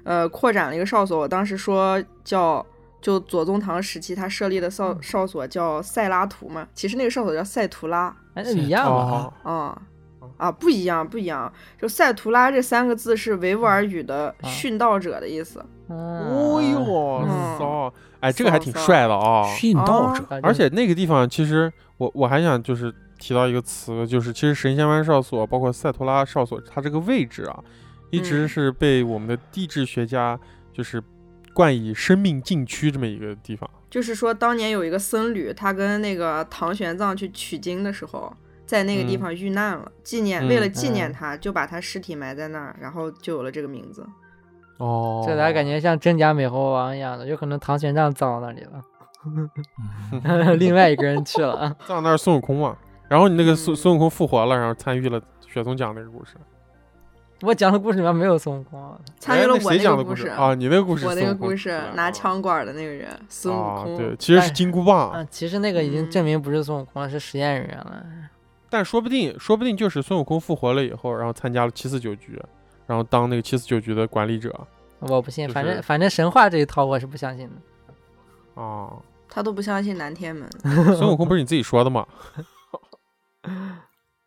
S3: 呃，扩展了一个哨所，我当时说叫就左宗棠时期他设立的
S1: 嗯
S3: 哨哨所叫塞拉图嘛，其实那个哨所叫塞图拉
S4: 哎，那一样嘛。
S1: 哦，
S3: 啊、啊，不一样不一样，就塞图拉这三个字是维吾尔语的
S4: 啊
S3: 殉道者的意思。
S1: 哦
S4: 哦
S1: 呦，
S3: 嗯
S1: 骚，哎，这个还挺帅的啊，
S2: 殉道者，
S1: 而且那个地方其实我我还想就是提到一个词，就是其实神仙湾哨所包括塞托拉哨所，它这个位置啊，一直
S3: 嗯
S1: 是被我们的地质学家就是冠以生命禁区这么一个地方。
S3: 就是说，当年有一个僧侣，他跟那个唐玄奘去取经的时候，在那个地
S1: 嗯
S3: 方遇难了，纪
S1: 嗯
S3: 念为了纪念
S4: 嗯
S3: 他，就把他尸体埋在那儿，然后就有了这个名字。
S1: 哦
S4: 这咋感觉像真假美猴王一样的？有可能唐玄奘葬那里
S5: 哦
S4: 了，
S1: 嗯
S4: 另外一个人去 了。啊
S1: 葬那儿孙悟空嘛？然后你那个孙
S3: 嗯
S1: 孙悟空复活了，然后参与了雪松讲那个故事，
S4: 我讲的故事里面没有孙悟空啊，
S3: 参与了
S1: 哎那
S3: 我
S1: 谁
S3: 那
S1: 讲
S3: 个
S1: 的
S3: 故
S1: 故事
S3: 事，
S1: 啊？你那个故事，
S3: 我那
S1: 孙
S3: 个
S1: 悟空
S3: 故
S1: 出
S3: 事
S1: 来
S3: 拿
S1: 了
S3: 枪管的那个人孙悟
S1: 啊，
S3: 空，
S1: 对，其实是
S4: 哎
S1: 金箍棒，
S4: 啊，其实那个已经
S3: 嗯
S4: 证明不是孙悟空了，是实验人员了。
S1: 但说不定，说不定就是孙悟空复活了以后，然后参加了七四九局，然后当那个七四九局的管理者
S4: 我不信，
S1: 就是
S4: 反正反正神话这一套我是不相信的。
S1: 啊。
S3: 他都不相信南天门。
S1: 孙悟空不是你自己说的吗？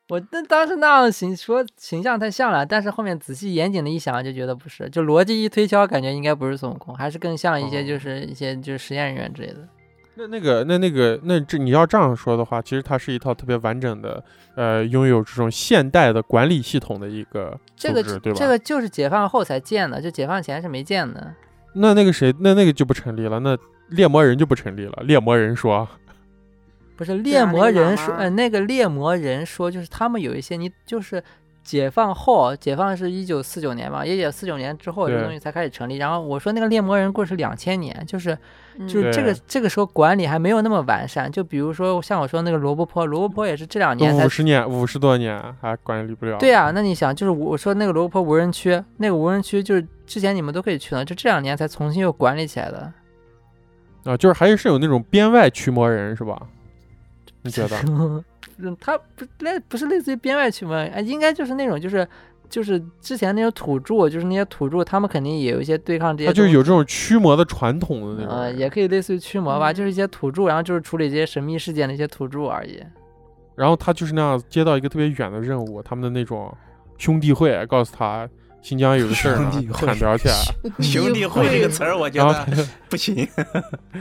S4: 我那当时那样形说形象太像了，但是后面仔细严谨的一想，就觉得不是，就逻辑一推敲，感觉应该不是孙悟空，还是更像一些
S1: 哦
S4: 就是一些就是实验人员之类的。
S1: 那那个那那个那这你要这样说的话，其实它是一套特别完整的，呃，拥有这种现代的管理系统的一个组
S4: 这
S1: 织，
S4: 个
S1: 对吧？
S4: 这个就是解放后才建的，就解放前是没建的。
S1: 那那个谁，那那个就不成立了，那猎魔人就不成立了。猎魔人说，
S4: 不是
S3: 啊
S4: 猎
S3: 那
S4: 魔
S3: 个喇
S4: 人说，
S3: 嘛
S4: 呃，那个猎魔人说，就是他们有一些，你就是解放后，解放是一九四九年嘛，一九四九年之后这个
S1: 对
S4: 东西才开始成立。然后我说那个猎魔人故事两千年，就是
S3: 嗯
S4: 就是这个
S1: 对
S4: 这个时候管理还没有那么完善。就比如说像我说那个罗布泊，罗布泊也是这两年才
S1: 五十年五十多年还管理不了。
S4: 对啊呀、那你想，就是我说那个罗布泊无人区，那个无人区就是之前你们都可以去的，就这两年才重新又管理起来的。
S1: 啊，就是还是有那种编外驱魔人是吧？你觉得？
S4: 嗯，它不类不是类似于编外驱魔人，哎，应该就是那种就是就是之前那种土著，就是那些土著，他们肯 定也有一些对抗这些
S1: 他啊就
S4: 东
S1: 是
S4: 西，
S1: 有这种驱魔的传统的那种
S4: 呃，
S1: 人。
S4: 也可以类似于驱魔吧，
S3: 嗯
S4: 就是一些土著，然后就是处理这些神秘事件的一些土著而已。
S1: 然后他就是那样接到一个特别远的任务，他们的那种兄弟会告诉他新疆有个事儿呢
S5: 兄弟，会
S1: 砍 掉 去。啊
S5: 兄弟会这个词儿，我觉
S1: 然后
S4: 哦
S1: 他
S5: 得
S1: 就
S5: 不行。啊
S2: 啊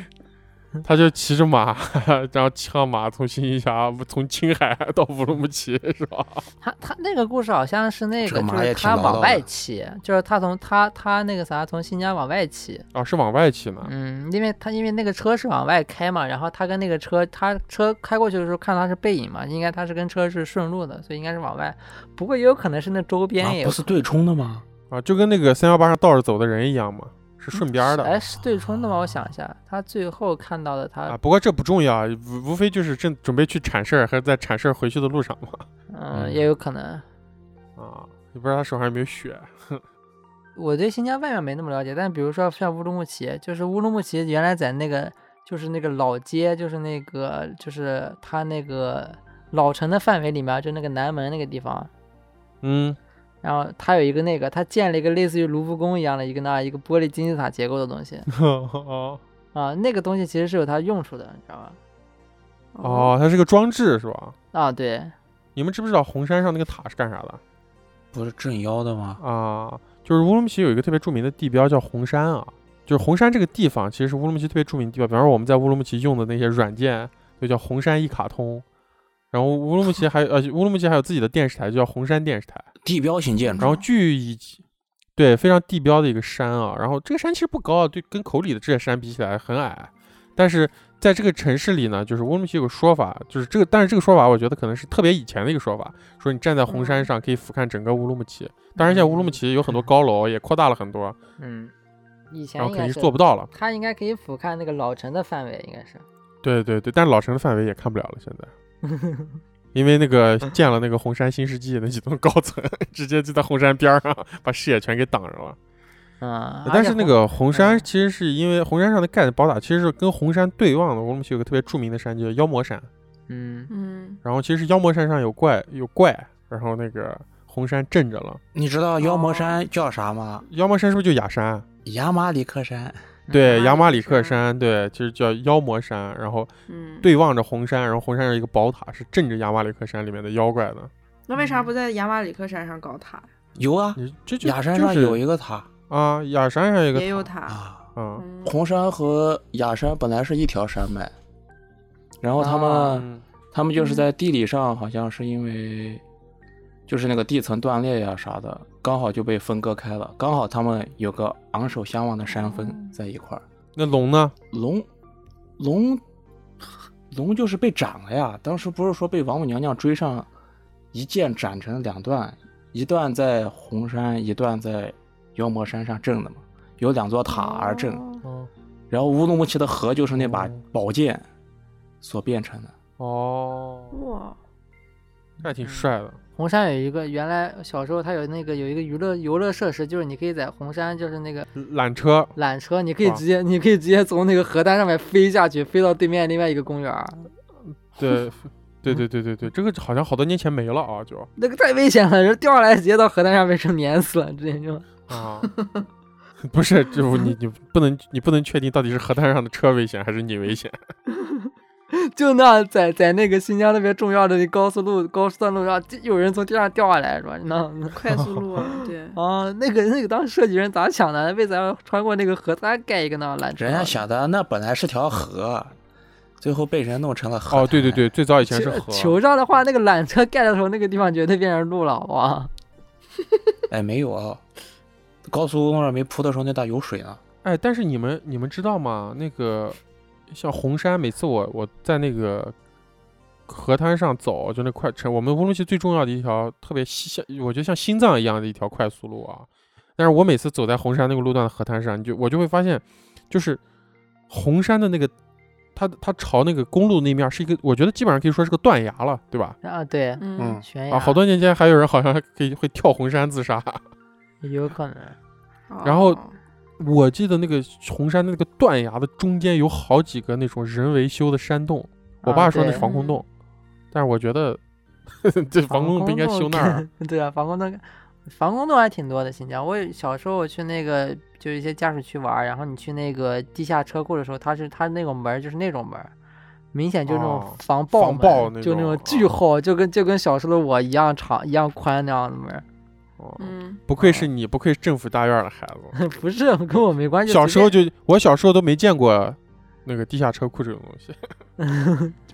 S1: 他就骑着马， 然后骑上马从新一峡从青海到乌鲁木齐是吧？
S4: 他他那个故事好像是那
S5: 这
S4: 个，
S5: 马
S4: 就是
S5: 也挺
S4: 他
S5: 唠叨
S4: 往
S5: 的
S4: 外骑，就是他从他他那个啥从新疆往外骑，
S1: 啊，是往外骑呢。
S4: 嗯，因为他因为那个车是往外开嘛，然后他跟那个车，他车开过去的时候看到他是背影嘛，应该他是跟车是顺路的，所以应该是往外。不过也有可能是那周边
S2: 啊
S4: 也，有，
S2: 不是对冲的吗？
S1: 啊，就跟那个三幺八上倒着走的人一样嘛，是顺边儿的。
S4: 哎，是对冲的吗？我想一下，他最后看到的他，
S1: 啊，不过这不重要，无无非就是正准备去铲事儿，还是在铲事儿回去的路上嘛。
S4: 嗯，也有可能。
S1: 啊，也不知道他手上有没有血。
S4: 我对新疆外面没那么了解，但比如说像乌鲁木齐，就是乌鲁木齐原来在那个就是那个老街，就是那个就是它那个老城的范围里面，就那个南门那个地方，
S1: 嗯，
S4: 然后它有一个那个，它建了一个类似于卢浮宫一样的一个那一个玻璃金字塔结构的东西
S1: 哦
S4: 啊，那个东西其实是有它用处的，你知道吧？
S1: 哦，它是个装置是吧？
S4: 啊，对，
S1: 你们知不知道红山上那个塔是干啥的
S2: 不是镇妖的吗？
S1: 啊？就是乌鲁木齐有一个特别著名的地标叫红山啊，就是红山这个地方其实是乌鲁木齐特别著名的地标，比方说我们在乌鲁木齐用的那些软件就叫红山一卡通，然后乌鲁木齐还有呃乌鲁木齐还有自己的电视台就叫红山电视台，
S2: 地标型建筑
S1: 然后据以对非常地标的一个山啊，然后这个山其实不高，啊对，跟口里的这些山比起来很矮，但是在这个城市里呢，就是乌鲁木齐有个说法，就是这个，但是这个说法我觉得可能是特别以前的一个说法，说你站在红山上可以俯瞰整个乌鲁木齐。当然，现在乌鲁木齐有很多高楼，也扩大了很多，
S4: 嗯，以前
S1: 然后
S4: 应
S1: 肯
S4: 该
S1: 定
S4: 是
S1: 是做不到了。
S4: 它应该可以俯瞰那个老城的范围，应该是。
S1: 对对对，但是老城的范围也看不了了，现在。因为那个建了那个红山新世纪那几栋高层， 直接就在红山边儿上把视野全给挡着了。
S4: 嗯，而
S1: 哎但
S4: 且
S1: 是那
S4: 红
S1: 个红山
S4: 嗯
S1: 其实是因为红山上的盖的宝塔，其实是跟红山对望的。乌鲁木齐有个特别著名的山叫妖魔山，
S4: 嗯，
S3: 嗯，
S1: 然后其实妖魔山上有怪有怪，然后那个红山镇着了。
S2: 你知道妖魔
S5: 哦
S2: 山叫啥吗？
S1: 妖魔山是不是就雅山？
S2: 亚马里克山。
S1: 对，
S3: 嗯
S1: 雅马里克山，对，其实叫妖魔山，然后
S3: 嗯，
S1: 对望着红山，然后红山上有一个宝塔是镇着雅马里克山里面的妖怪的。
S3: 那为啥不在雅马里克山上搞塔？
S2: 有啊，
S1: 你这就
S2: 雅山上
S1: 就是
S2: 有一个塔
S1: 啊，雅山上有一
S3: 也
S1: 个
S3: 有塔。
S2: 啊。
S1: 嗯
S3: 嗯
S2: 红山和雅山本来是一条山脉，然后他们、
S4: 啊
S1: 嗯
S2: 他们就是在地理上好像是因为就是那个地层断裂呀、啥的，刚好就被分割开了，刚好他们有个昂首相望的山
S3: 嗯
S2: 峰在一块儿。
S1: 那龙呢？
S2: 龙龙龙就是被斩了呀！当时不是说被王母娘娘追上，一剑斩成两段，一段在红山，一段在妖魔山上镇的嘛，有两座塔而镇。
S3: 哦
S1: 哦
S2: 然后乌鲁木齐的河就是那把
S1: 哦
S2: 宝剑所变成的。
S1: 哦，
S3: 哇，
S1: 这还挺帅的。
S4: 红山有一个原来小时候它有那个有一个娱乐游乐设施，就是你可以在红山就是那个
S1: 缆车
S4: 缆车，你可以
S1: 哇
S4: 直接你可以直接从那个河滩上面飞下去，飞到对面另外一个公园儿，
S1: 对，对对对对对，这个好像好多年前没了啊，就
S4: 那个太危险了，人掉下来直接到河滩上被车碾死了，直接就。
S1: 啊，不是，就你你不能你不能确定到底是河滩上的车危险还是你危险。
S4: 就那在在那个新疆特别重要的高速路高速段路上，就有人从天上掉下来是吧？那那
S3: 快速路啊， 对，
S4: 啊，那个那个当时设计人咋想的？为啥要穿过那个河滩盖一个那缆车？
S1: 啊
S2: 人家想的那本来是条河，最后被人弄成了河。
S1: 哦，对对，对，最早以前是
S4: 球
S1: 河，
S4: 球上的话，那个缆车盖的时候，那个地方绝对变成路了，好不好？
S2: 哎，没有啊，高速公路上没铺的时候那咋有水呢？
S1: 哎，但是你们你们知道吗？那个像红山，每次我我在那个河滩上走，就那快车，我们乌鲁木齐最重要的一条特别西像，我觉得像心脏一样的一条快速路啊。但是我每次走在红山那个路段的河滩上，你就我就会发现，就是红山的那个，它它朝那个公路那面是一个，我觉得基本上可以说是个断崖了，对吧？
S4: 啊，对，
S3: 嗯，
S4: 悬崖
S1: 啊，好多年前还有人好像还可以会跳红山自杀。
S4: 有可能，
S1: 然后
S3: 哦
S1: 我记得那个红山的那个断崖的中间有好几个那种人为修的山洞，我
S4: 啊
S1: 爸说那
S4: 对
S1: 是防空洞，但是我觉得嗯 这防空洞
S4: 空
S1: 不应该修那儿啊。
S4: 洞 对啊，防空洞，防空洞还挺多的。新疆，我也小时候我去那个就是一些家属区玩儿，然后你去那个地下车库的时候，它是它那种门儿就是那种门儿，明显就是那
S1: 哦
S4: 种防爆
S1: 防
S4: 门
S1: 爆
S4: 儿
S1: 那
S4: 就那
S1: 种
S4: 种巨
S1: 啊
S4: 厚，就跟就跟小时候的我一样长一样宽那样的门儿。
S1: 哦
S3: 嗯，
S1: 不愧是你，不愧是政府大院的孩子。
S4: 不是跟我没关系，
S1: 小时候
S4: 就
S1: 就我小时候都没见过那个地下车库这种东 西。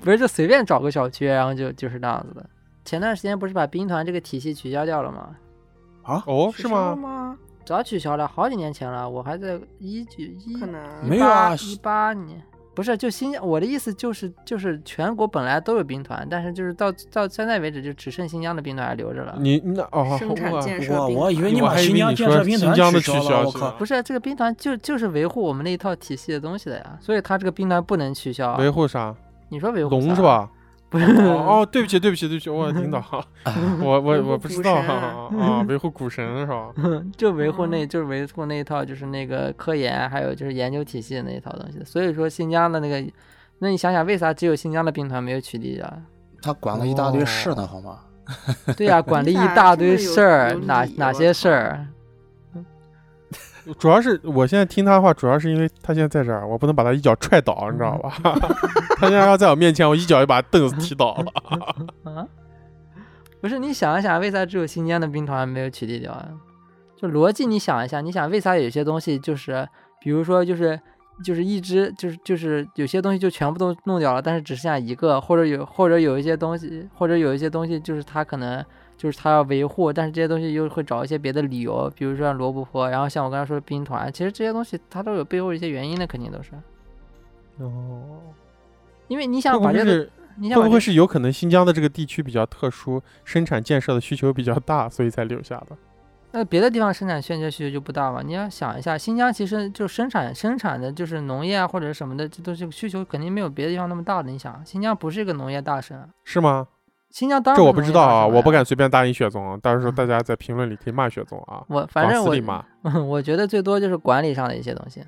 S4: 不是就随便找个小区，然后就就是那样子的。前段时间不是把兵团这个体系取消掉了吗？
S2: 啊，
S1: 哦，
S3: 取
S1: 是
S3: 消了
S1: 吗？
S3: 吗？
S4: 早取消了，好几年前了，我还在一九一
S3: 可
S1: 嗯
S3: 能
S2: 没有啊
S4: 一八年不是就新疆。我的意思就是就是全国本来都有兵团，但是就是到到现在为止就只剩新疆的兵团还留着了。
S1: 你那哦，
S3: 生产
S1: 我
S3: 建设
S2: 我
S3: 兵
S2: 我以为你
S1: 哎我
S2: 把
S1: 还以
S2: 新
S1: 为
S2: 疆
S1: 你
S2: 建
S1: 说
S2: 设兵
S1: 新
S2: 团
S1: 疆的
S2: 取
S1: 取消
S2: 了，我
S1: 是
S2: 靠
S1: 吧！
S4: 不是这个兵团就就是维护我们那一套体系的东西的呀，所以他这个兵团不能取消啊。
S1: 维护啥？
S4: 你说维护
S1: 龙
S4: 啥
S1: 是？吧？
S4: 不是
S1: 哦，哦对不起，对不起，对不起，我领导， 我我
S3: 维护
S1: 我不知
S3: 股
S1: 道
S3: 神
S1: 啊，啊维护股神是吧？
S4: 就维护那，
S3: 嗯
S4: 就是维护那一套，就是那个科研，还有就是研究体系的那一套东西。所以说新疆的那个，那你想想，为啥只有新疆的兵团没有取缔啊？
S2: 他管了一大堆事呢，好
S1: 哦
S2: 吗？
S4: 对呀、管了一
S3: 你咋
S4: 大
S3: 这么
S4: 堆
S3: 有
S4: 事儿
S3: 有，
S4: 哪
S3: 理
S4: 哪
S3: 我
S4: 些事
S3: 操
S4: 儿？
S1: 主要是我现在听他的话，主要是因为他现在在这儿，我不能把他一脚踹倒，你知道吧？ 他现在要在我面前，我一脚就把凳子踢倒了。
S4: 啊？不是，你想一想，为啥只有新疆的兵团没有取缔掉啊？就逻辑，你想一下，你想为啥有些东西就是，比如说就是就是一只就是就是有些东西就全部都弄掉了，但是只剩下一个，或者有或者有一些东西，或者有一些东西就是它可能就是它要维护，但是这些东西又会找一些别的理由，比如说像罗布泊，然后像我刚才说的兵团，其实这些东西它都有背后一些原因的，肯定都是
S1: 哦，
S4: 因为你
S1: 会
S4: 想
S1: 不
S4: 把
S1: 会
S4: 这个，
S1: 是
S4: 你想
S1: 会
S4: 把
S1: 不
S4: 这
S1: 会
S4: 个
S1: 是有可能新疆的这个地区比较特殊，生产建设的需求比较大，所以才留下的？
S4: 那别的地方生产欠缺需求就不大嘛？你要想一下，新疆其实就生产生产的就是农业啊或者什么的，这都是需求肯定没有别的地方那么大的。你想，新疆不是一个农业大省啊，
S1: 是吗？
S4: 新疆当然
S1: 这我
S4: 是
S1: 不
S4: 农
S1: 知
S4: 业
S1: 道
S4: 大
S1: 啊，
S4: 省
S1: 我不
S4: 呀。
S1: 敢随便答应雪总，啊到时候大家在评论里可以骂雪总啊，
S4: 我反
S1: 往
S4: 正
S1: 死
S4: 我
S1: 里骂。
S4: 我觉得最多就是管理上的一些东西，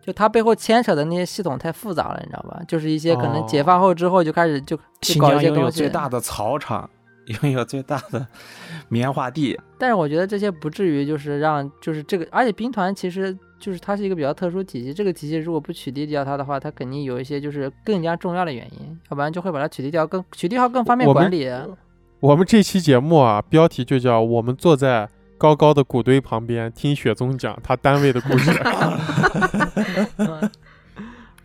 S4: 就它背后牵扯的那些系统太复杂了，你知道吧？就是一些可能解
S1: 哦
S4: 放后之后就开始就就
S2: 新
S4: 搞一
S2: 疆
S4: 些
S2: 拥有
S4: 东西
S2: 最。大的草场，拥有最大的棉花地，
S4: 但是我觉得这些不至于就是让就是这个，而且兵团其实就是它是一个比较特殊体系，这个体系如果不取缔掉它的话，它肯定有一些就是更加重要的原因，要不然就会把它取缔掉，更取缔掉更方便
S1: 我们
S4: 管理。
S1: 我们这期节目啊，标题就叫“我们坐在高高的谷堆旁边，听雪宗讲他单位的故事”。
S4: 嗯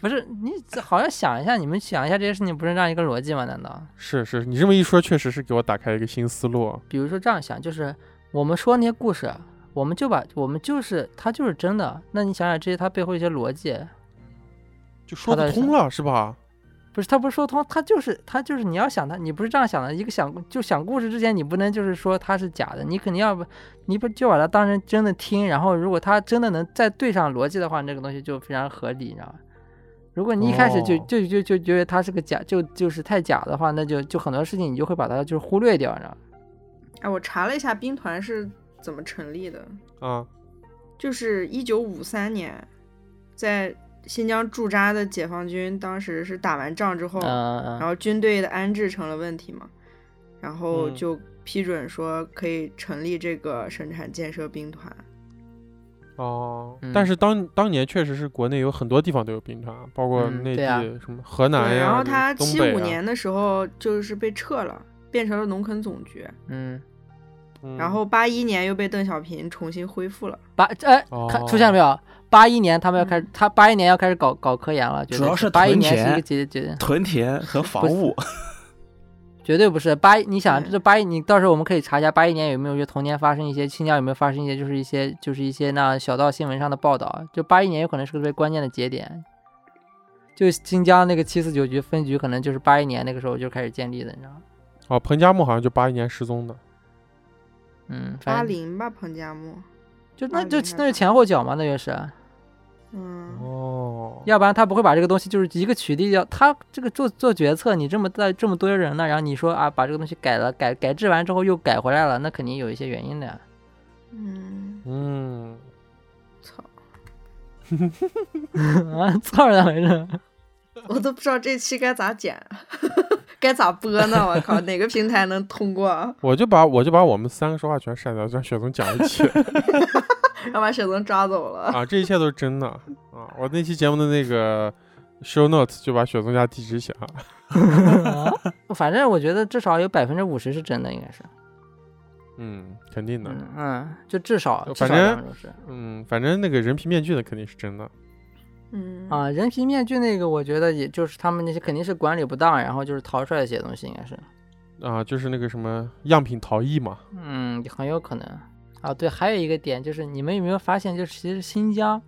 S4: 不是你这好像想一下，你们想一下这些事情，不是这样一个逻辑吗？难道
S1: 是是，你这么一说，确实是给我打开一个新思路。啊
S4: 比如说这样想，就是我们说那些故事，我们就把我们就是它就是真的，那你想想这些它背后一些逻辑，
S1: 就说
S4: 他
S1: 得
S4: 在
S1: 通了，是吧？
S4: 不是，他不是说通，他就是他就是你要想他，你不是这样想的。一个想就想故事之前，你不能就是说他是假的，你肯定要不，你不就把它当成真的听。然后如果他真的能再对上逻辑的话，那个东西就非常合理，你知道吧？如果你一开始就、
S1: 哦
S4: 就就就觉得他是个假，就就是太假的话，那就就很多事情你就会把它就是忽略掉，你知道吧？
S3: 哎，我查了一下兵团是怎么成立的，
S1: 啊，
S3: 就是一九五三年，在新疆驻扎的解放军当时是打完仗之
S2: 哦
S3: 后，
S1: 啊
S4: 嗯、
S3: 然后军队的安置成了问题嘛，然后
S1: 嗯
S3: 就批准说可以成立这个生产建设兵团。
S1: 哦，
S4: 嗯
S1: 但是当当年确实是国内有很多地方都有兵团，包括
S4: 嗯
S1: 内
S4: 对
S1: 地、
S4: 啊
S1: 什么河南
S3: 对，
S1: 呀、
S3: 然后
S1: 这
S3: 他
S1: 东
S3: 七
S1: 北
S3: 五
S1: 啊，
S3: 年的时候就是被撤了，变成了农垦总局，
S4: 嗯，
S1: 嗯
S3: 然后八一年又被邓小平重新恢复了。
S4: 八哎，
S2: 哦
S4: 看出现没有？八一年他们要开始，他八一年要开始搞搞科研了，
S2: 主要是
S4: 八一
S2: 屯
S4: 年是一
S2: 田
S4: 个节节。
S2: 屯田和房屋，
S4: 绝对不是八一，你想
S3: 嗯
S4: 这八一，你到时候我们可以查一下八一年有没有就同年发生一些新疆有没有发生一些就是一些就是一些那小道新闻上的报道，就八一年有可能是个特别关键的节点，就新疆那个七四九局分局，可能就是八一年那个时候就开始建立的，你知道吗？
S1: 哦，彭加木好像就八一年失踪的。
S4: 嗯，反
S3: 八
S4: 正
S3: 零吧，彭加木。
S4: 就那就
S3: 80还
S4: 那是前后脚嘛，那就是，
S3: 嗯，
S1: 哦，
S4: 要不然他不会把这个东西就是一个取缔掉。他这个做做决策，你这么大这么多人了，然后你说啊把这个东西改了，改改制完之后又改回来了，那肯定有一些原因的呀。
S3: 嗯，
S1: 嗯，
S3: 操，
S4: 啊，操是咋回事？
S3: 我都不知道这期该咋剪， 该咋播呢？我靠，哪个平台能通过啊？
S1: 我就把我就把我们三个说话全删掉，让雪松讲 一期
S3: 要把雪松抓 走了。
S1: 啊，这一切都是真的啊！我那期节目的那个 show notes 就把雪松家地址写了。
S4: 反正我觉得至少有百分之五十是真的，应该是。
S1: 嗯，肯定的。
S4: 嗯嗯，就至少至
S1: 反
S4: 少
S1: 正
S4: 两种是。
S1: 嗯，反正那个人皮面具的肯定是真的。
S3: 嗯，
S4: 啊，人皮面具那个，我觉得也就是他们那些肯定是管理不当，然后就是逃出来一些东西，应该是，
S1: 啊，就是那个什么样品逃逸嘛，
S4: 嗯，很有可能啊。对，还有一个点就是，你们有没有发现，就是其实新疆，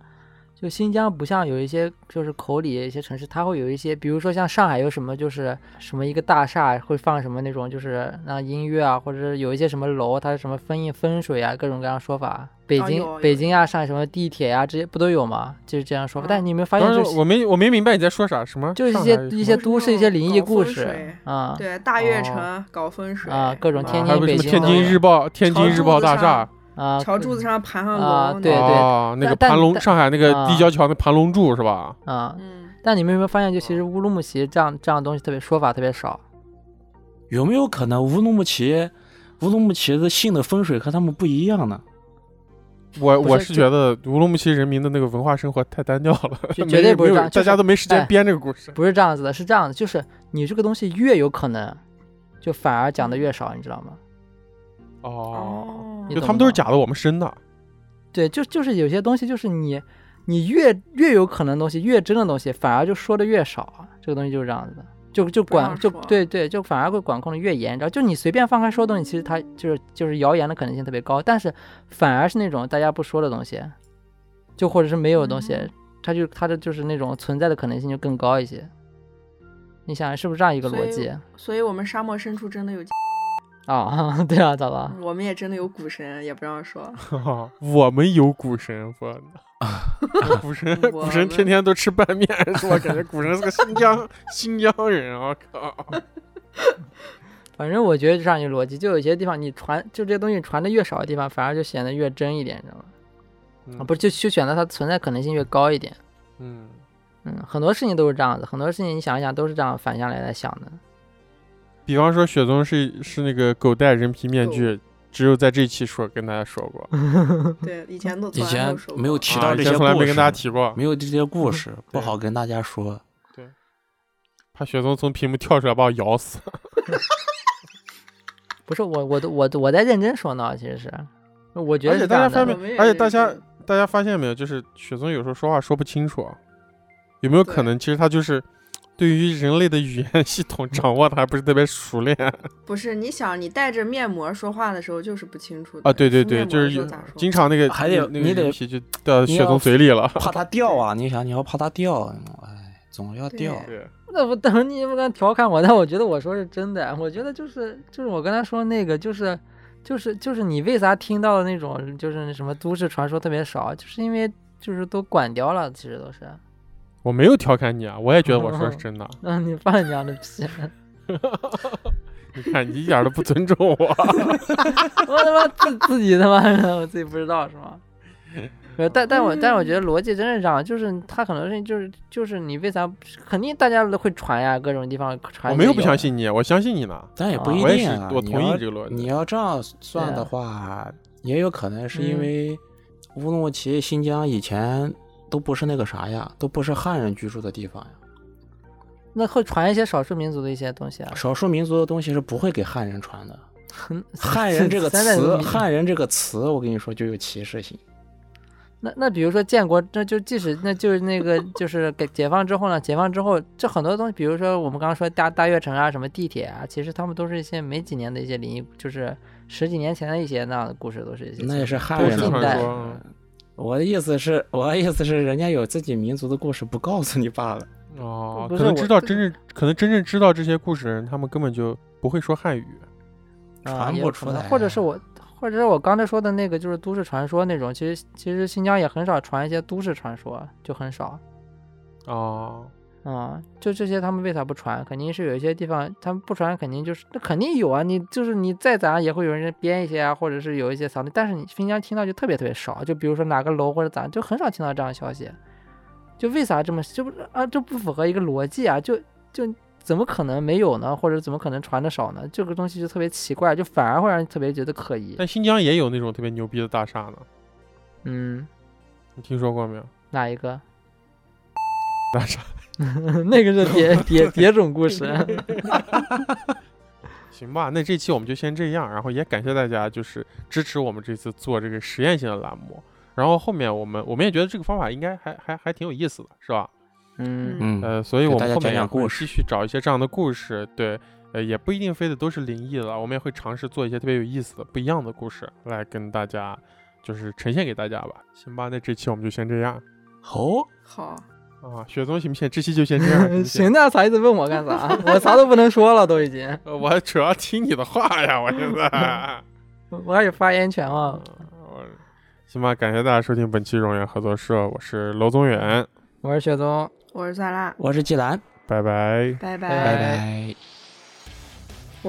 S4: 就新疆不像有一些就是口里一些城市，它会有一些，比如说像上海有什么就是什么一个大厦会放什么那种就是那音乐啊，或者是有一些什么楼它是什么分一分水啊，各种各样说法。北
S3: 啊
S4: 京、
S3: 有
S4: 北
S3: 有
S4: 京啊，上海什么地铁呀、这些不都有吗？就是这样说法。但
S3: 嗯
S4: 你有没有发现
S1: 当
S4: 就
S1: 然
S4: 是？
S1: 我没我没明白你在说啥，什么
S4: 就是一
S1: 上海
S4: 些
S1: 有什
S4: 一
S1: 么
S4: 些
S3: 么
S4: 都市一些灵异故事
S3: 搞
S4: 啊，
S3: 对，大悦
S4: 哦
S3: 城搞风水
S4: 啊各种
S3: 嗯
S4: 天
S1: 还有什
S4: 津北
S1: 么
S4: 京
S1: 天津
S4: 的
S1: 日报、天津日报大
S3: 桥
S1: 厦
S3: 柱
S4: 啊，
S3: 桥柱子上盘上
S4: 啊
S3: 龙，
S4: 对对
S1: 哦，那个
S4: 但
S1: 盘龙
S4: 但
S1: 上海那个
S4: 啊
S1: 立交桥那盘龙柱是吧？
S4: 啊。
S3: 嗯，
S4: 但你们有没有发现，就其实乌鲁木齐这样这样的东西特别说法特别少，
S2: 有没有可能乌鲁木齐，乌鲁木齐的信的风水和他们不一样呢？
S1: 我
S4: 不
S1: 我
S4: 是
S1: 是觉得乌鲁木齐人民的那个文化生活太单调了，
S4: 绝
S1: 没
S4: 绝对
S1: 人
S4: 不是
S1: 没有
S4: 这样就
S1: 大家
S4: 是
S1: 都没时
S4: 哎
S1: 间编这个故事。
S4: 不是这样子的，是这样的，就是你这个东西越有可能，就反而讲的越少，你知道吗？
S1: 哦，
S4: 你
S1: 就
S4: 懂
S1: 他们都是
S4: 吗
S1: 假的，我们真的。
S4: 对，就就是有些东西，就是你你越越有可能的东西，越真的东西，反而就说的越少，这个东西就是这样子的。就就
S3: 不让
S4: 管就
S3: 说
S4: 对对，就反而会管控的越严，然后就你随便放开说的东西，其实它就是就是谣言的可能性特别高，但是反而是那种大家不说的东西，就或者是没有的东西，
S3: 嗯
S4: 它就它的就是那种存在的可能性就更高一些。你想是不是这样一个
S3: 所
S4: 逻
S3: 以
S4: 辑
S3: 所以我们沙漠深处真的有，
S4: 啊？ 对啊，咋了？
S3: 我们也真的有股神，也不 让说。
S1: 我们有股神，我的股神
S3: 我
S1: 股神天
S3: 们
S1: 天都吃拌面，是吧？感觉股神是个新疆 新疆人，我靠！
S4: 反正我觉得这样一个逻辑，就有些地方你传就这些东西传的越少的地方，反而就显得越真一点，你知道吗？
S1: 嗯
S4: 啊，不是就就显得它存在可能性越高一点。
S1: 嗯，
S4: 嗯，很多事情都是这样子，很多事情你想一想都是这样反向来来想的。
S1: 比方说雪宗是是那个狗戴人皮面具，只有在这期说跟大家说 过，
S3: 对，以前都
S2: 以
S3: 从来没
S2: 前
S3: 有说过
S2: 没有提
S1: 啊
S2: 到
S1: 以
S2: 这
S1: 前
S2: 些故
S1: 从
S2: 事，
S1: 来没跟大家提过
S2: 没，有这些故事，不
S1: 对
S2: 好跟大家说。
S1: 怕雪宗从屏幕跳出来把我咬死。
S4: 不是我，我都我都我在认真说呢，其实是，我觉
S1: 而
S4: 得
S1: 且
S4: 是
S1: 大家
S4: 这
S1: 发
S4: 样
S1: 没
S4: 的
S1: 有
S3: 我们也
S1: 而且大家
S3: 认识
S1: 大家发现没有，就是雪宗有时候说话说不清楚，有没有可
S3: 对
S1: 能其实他就是对于人类的语言系统掌握的还不是特别熟练
S3: 不是，你想，你戴着面膜说话的时候就是不清楚的
S1: 啊？对对
S3: 敷
S1: 对，
S3: 面膜
S1: 就是
S3: 的时候
S1: 有
S3: 咋说
S1: 经常那个
S2: 还得
S1: 那
S2: 你
S1: 个
S2: 得
S1: 人皮就掉到
S2: 你
S1: 雪宗
S2: 要
S1: 嘴里了。
S2: 怕它掉啊！你想，你要怕它掉，哎，总要掉。
S3: 对
S1: 对，
S4: 那不等你们刚调侃我，但我觉得我说是真的，我觉得就是就是我刚才说那个就是。就是就是你为啥听到的那种就是什么都市传说特别少，就是因为就是都管掉了，其实都是。
S1: 我没有调侃你啊，我也觉得我说的 是真的。
S4: 嗯，你放你娘的屁！
S1: 你看，你一点都不尊重 我。
S4: 我他妈自自己他妈的，我自己不知道是吗？没有但但我但我
S2: 嗯
S4: 觉得逻辑真是这样，就是他很多事情就是就是你为啥肯定大家都会传呀，各种地方传。
S1: 我没有不相，信你，我相信你呢。
S2: 但也不
S4: 啊
S2: 一
S1: 我也
S2: 定
S1: 是
S2: 啊。
S1: 我
S2: 你
S1: 同意
S2: 要
S1: 这个逻辑
S2: 你要这样算
S4: 对
S2: 的
S4: 啊
S2: 话，也有可能
S4: 嗯
S2: 是因为乌鲁木齐、新疆以前都不是那个啥呀，都不是汉人居住的地方呀。
S4: 那会传一些少数民族的一些东 西啊。
S2: 少数民族的东西是不会给汉人传的。汉人 这个
S4: 三代
S2: 词，
S4: 同
S2: 汉人这个词，我跟你说就有歧视性。
S4: 那那比如说建国，那就即使那就是那个就是给解放之后呢，解放之后这很多东西，比如说我们刚刚说大大悦城啊，什么地铁啊，其实他们都是一些没几年的一些灵异，就是十几年前的一些那样的故事，都是一些
S2: 那也是汉
S1: 都市
S2: 人的
S4: 近
S2: 故
S4: 代
S1: 传
S2: 事。
S1: 说，
S2: 我的意思是，我的意思是，人家有自己民族的故事不告诉你罢了。
S1: 哦，
S4: 不
S1: 可
S4: 是
S1: 能
S4: 我
S1: 知道真正可能真正知道这些故事的人，他们根本就不会说汉语。
S2: 传
S4: 啊，也
S2: 不
S4: 有
S2: 出
S4: 可能
S2: 来
S4: 或者
S2: 呀
S4: 是我，或者是我刚才说的那个，就是都市传说那种。其实其实新疆也很少传一些都市传说，就很少
S1: 哦，
S4: 啊、就这些，他们为啥不传？肯定是有一些地方他们不传，肯定就是那肯定有啊。你就是你再咋也会有人编一些啊，或者是有一些啥的。但是你新疆听到就特别特别少，就比如说哪个楼或者咋，就很少听到这样的消息。就为啥这么就不啊？这不符合一个逻辑啊！就就怎么可能没有呢？或者怎么可能传的少呢？这个东西就特别奇怪，就反而会让人特别觉得可疑。
S1: 但新疆也有那种特别牛逼的大厦呢，
S4: 嗯，
S1: 你听说过没有？
S4: 哪一个？
S1: 大厦，
S4: 那个是别别别种故事。
S1: 行吧，那这期我们就先这样，然后也感谢大家就是支持我们这次做这个实验性的栏目。然后后面我们我们也觉得这个方法应该还还还挺有意思的，是吧？
S4: 嗯，
S2: 嗯，
S1: 呃，所以
S2: 给
S1: 我
S2: 大
S1: 们
S2: 家
S1: 后面
S2: 讲
S1: 也
S2: 讲故
S1: 会
S2: 事
S1: 继续找一些这样的故事，对，呃，也不一定非得都是灵异了，我们也会尝试做一些特别有意思的、不一样的故事来跟大家，就是呈现给大家吧。行吧，那这期我们就先这样
S2: 哦，
S3: 好，
S1: 啊，雪松行不行？这期就先这样，行不
S4: 嗯 行，，那啥意思？问我干啥？ 我啥都不能说了，都已经，
S1: 呃我主要听你的话呀，我现在。
S4: 我还有发言权啊。
S1: 我行吧，感谢大家收听本期荣源合作社，我是娄宗远，
S4: 我是雪宗，
S3: 我是酸辣，
S2: 我是季兰，
S1: 拜拜。
S3: 拜
S4: 拜
S2: 拜
S3: 拜。
S2: 拜。
S3: 我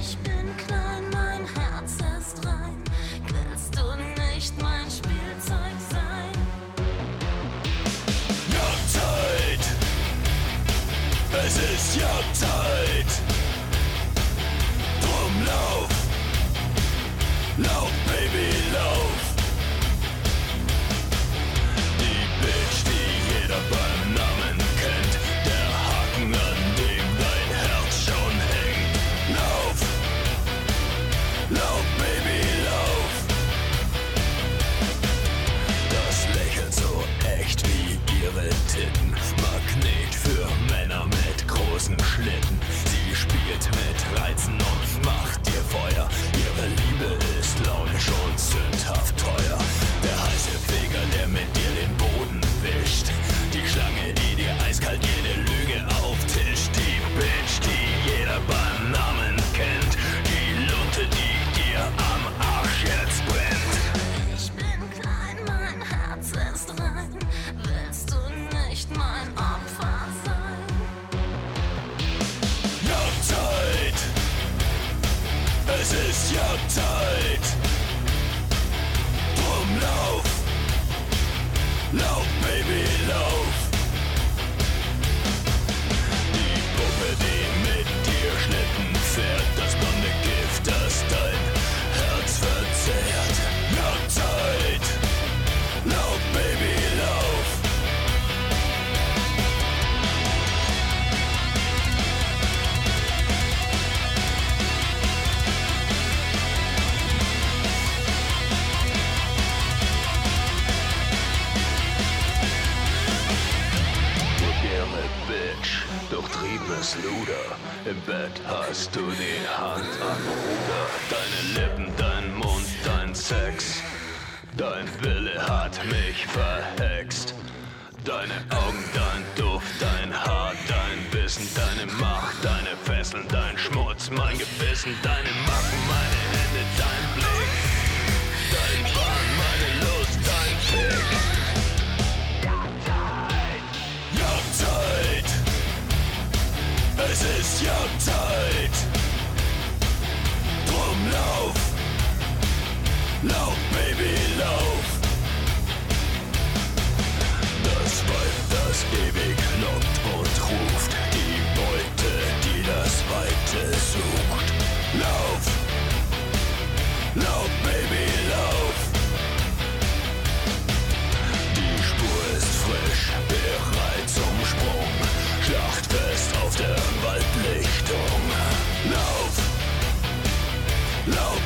S6: Ich bin klein, mein Herz ist rein. Willst du nicht mein Spielzeug sein?
S7: Jagdzeit! Es ist Jagdzeit! Drum lauf! Lauf, Baby, lauf! Die Bitch, die jeder beim Namen kennt, der Haken, an dem dein Herz schon hängt. Lauf! Lauf, Baby, lauf! Das lächelt so echt wie ihre Titten. Magnet für Männer mit großen Schlitten. Sie spielt mit Reizen und macht ihr Feuer. Ihre Liebe ist launisch und sündhaft teuer. Der heiße Feger, der mit dir den Boden wischt. Die Schlange, die dir eiskalt jede Lüge auftischt. Die Bitch, die jeder beim Namen kennt. Die Lunte, die dir am Arsch jetzt brennt.
S6: Ich bin klein, mein Herz ist rein. Willst du nicht mein Opfer sein?
S7: Jagdzeit! Es ist Jagdzeit! Drum lauf! Lauf, Baby, lauf! Die Puppe, die mit dir Schlitten fährt, das blonde Gift, das dein Herz verzehrt. Jagdzeit! Lauf, Baby, lauf! Moderne Bitch, durchtriebenes Luder. Im Bett hast du die Hand am Ruder. Deine Lippen, dein Mund, dein Sex. Dein Wille hat mich verhext. Deine Augen, dein Duft, dein Haar, dein Wissen, deine Macht, deine Fesseln, dein Schmutz, mein Gewissen, deine Macken, meine Hände, dein Blick. Dein Wahn, meine Lust, dein Fick. Jagdzeit! Es ist Jagdzeit! Drum lauf! Lauf, Baby, lauf! Das das ewig lockt und ruft die Beute, die das Weite sucht. Lauf, lauf, Baby, lauf. Die Spur ist frisch, bereit zum Sprung. Schlachtfest auf der Waldlichtung. Lauf, lauf,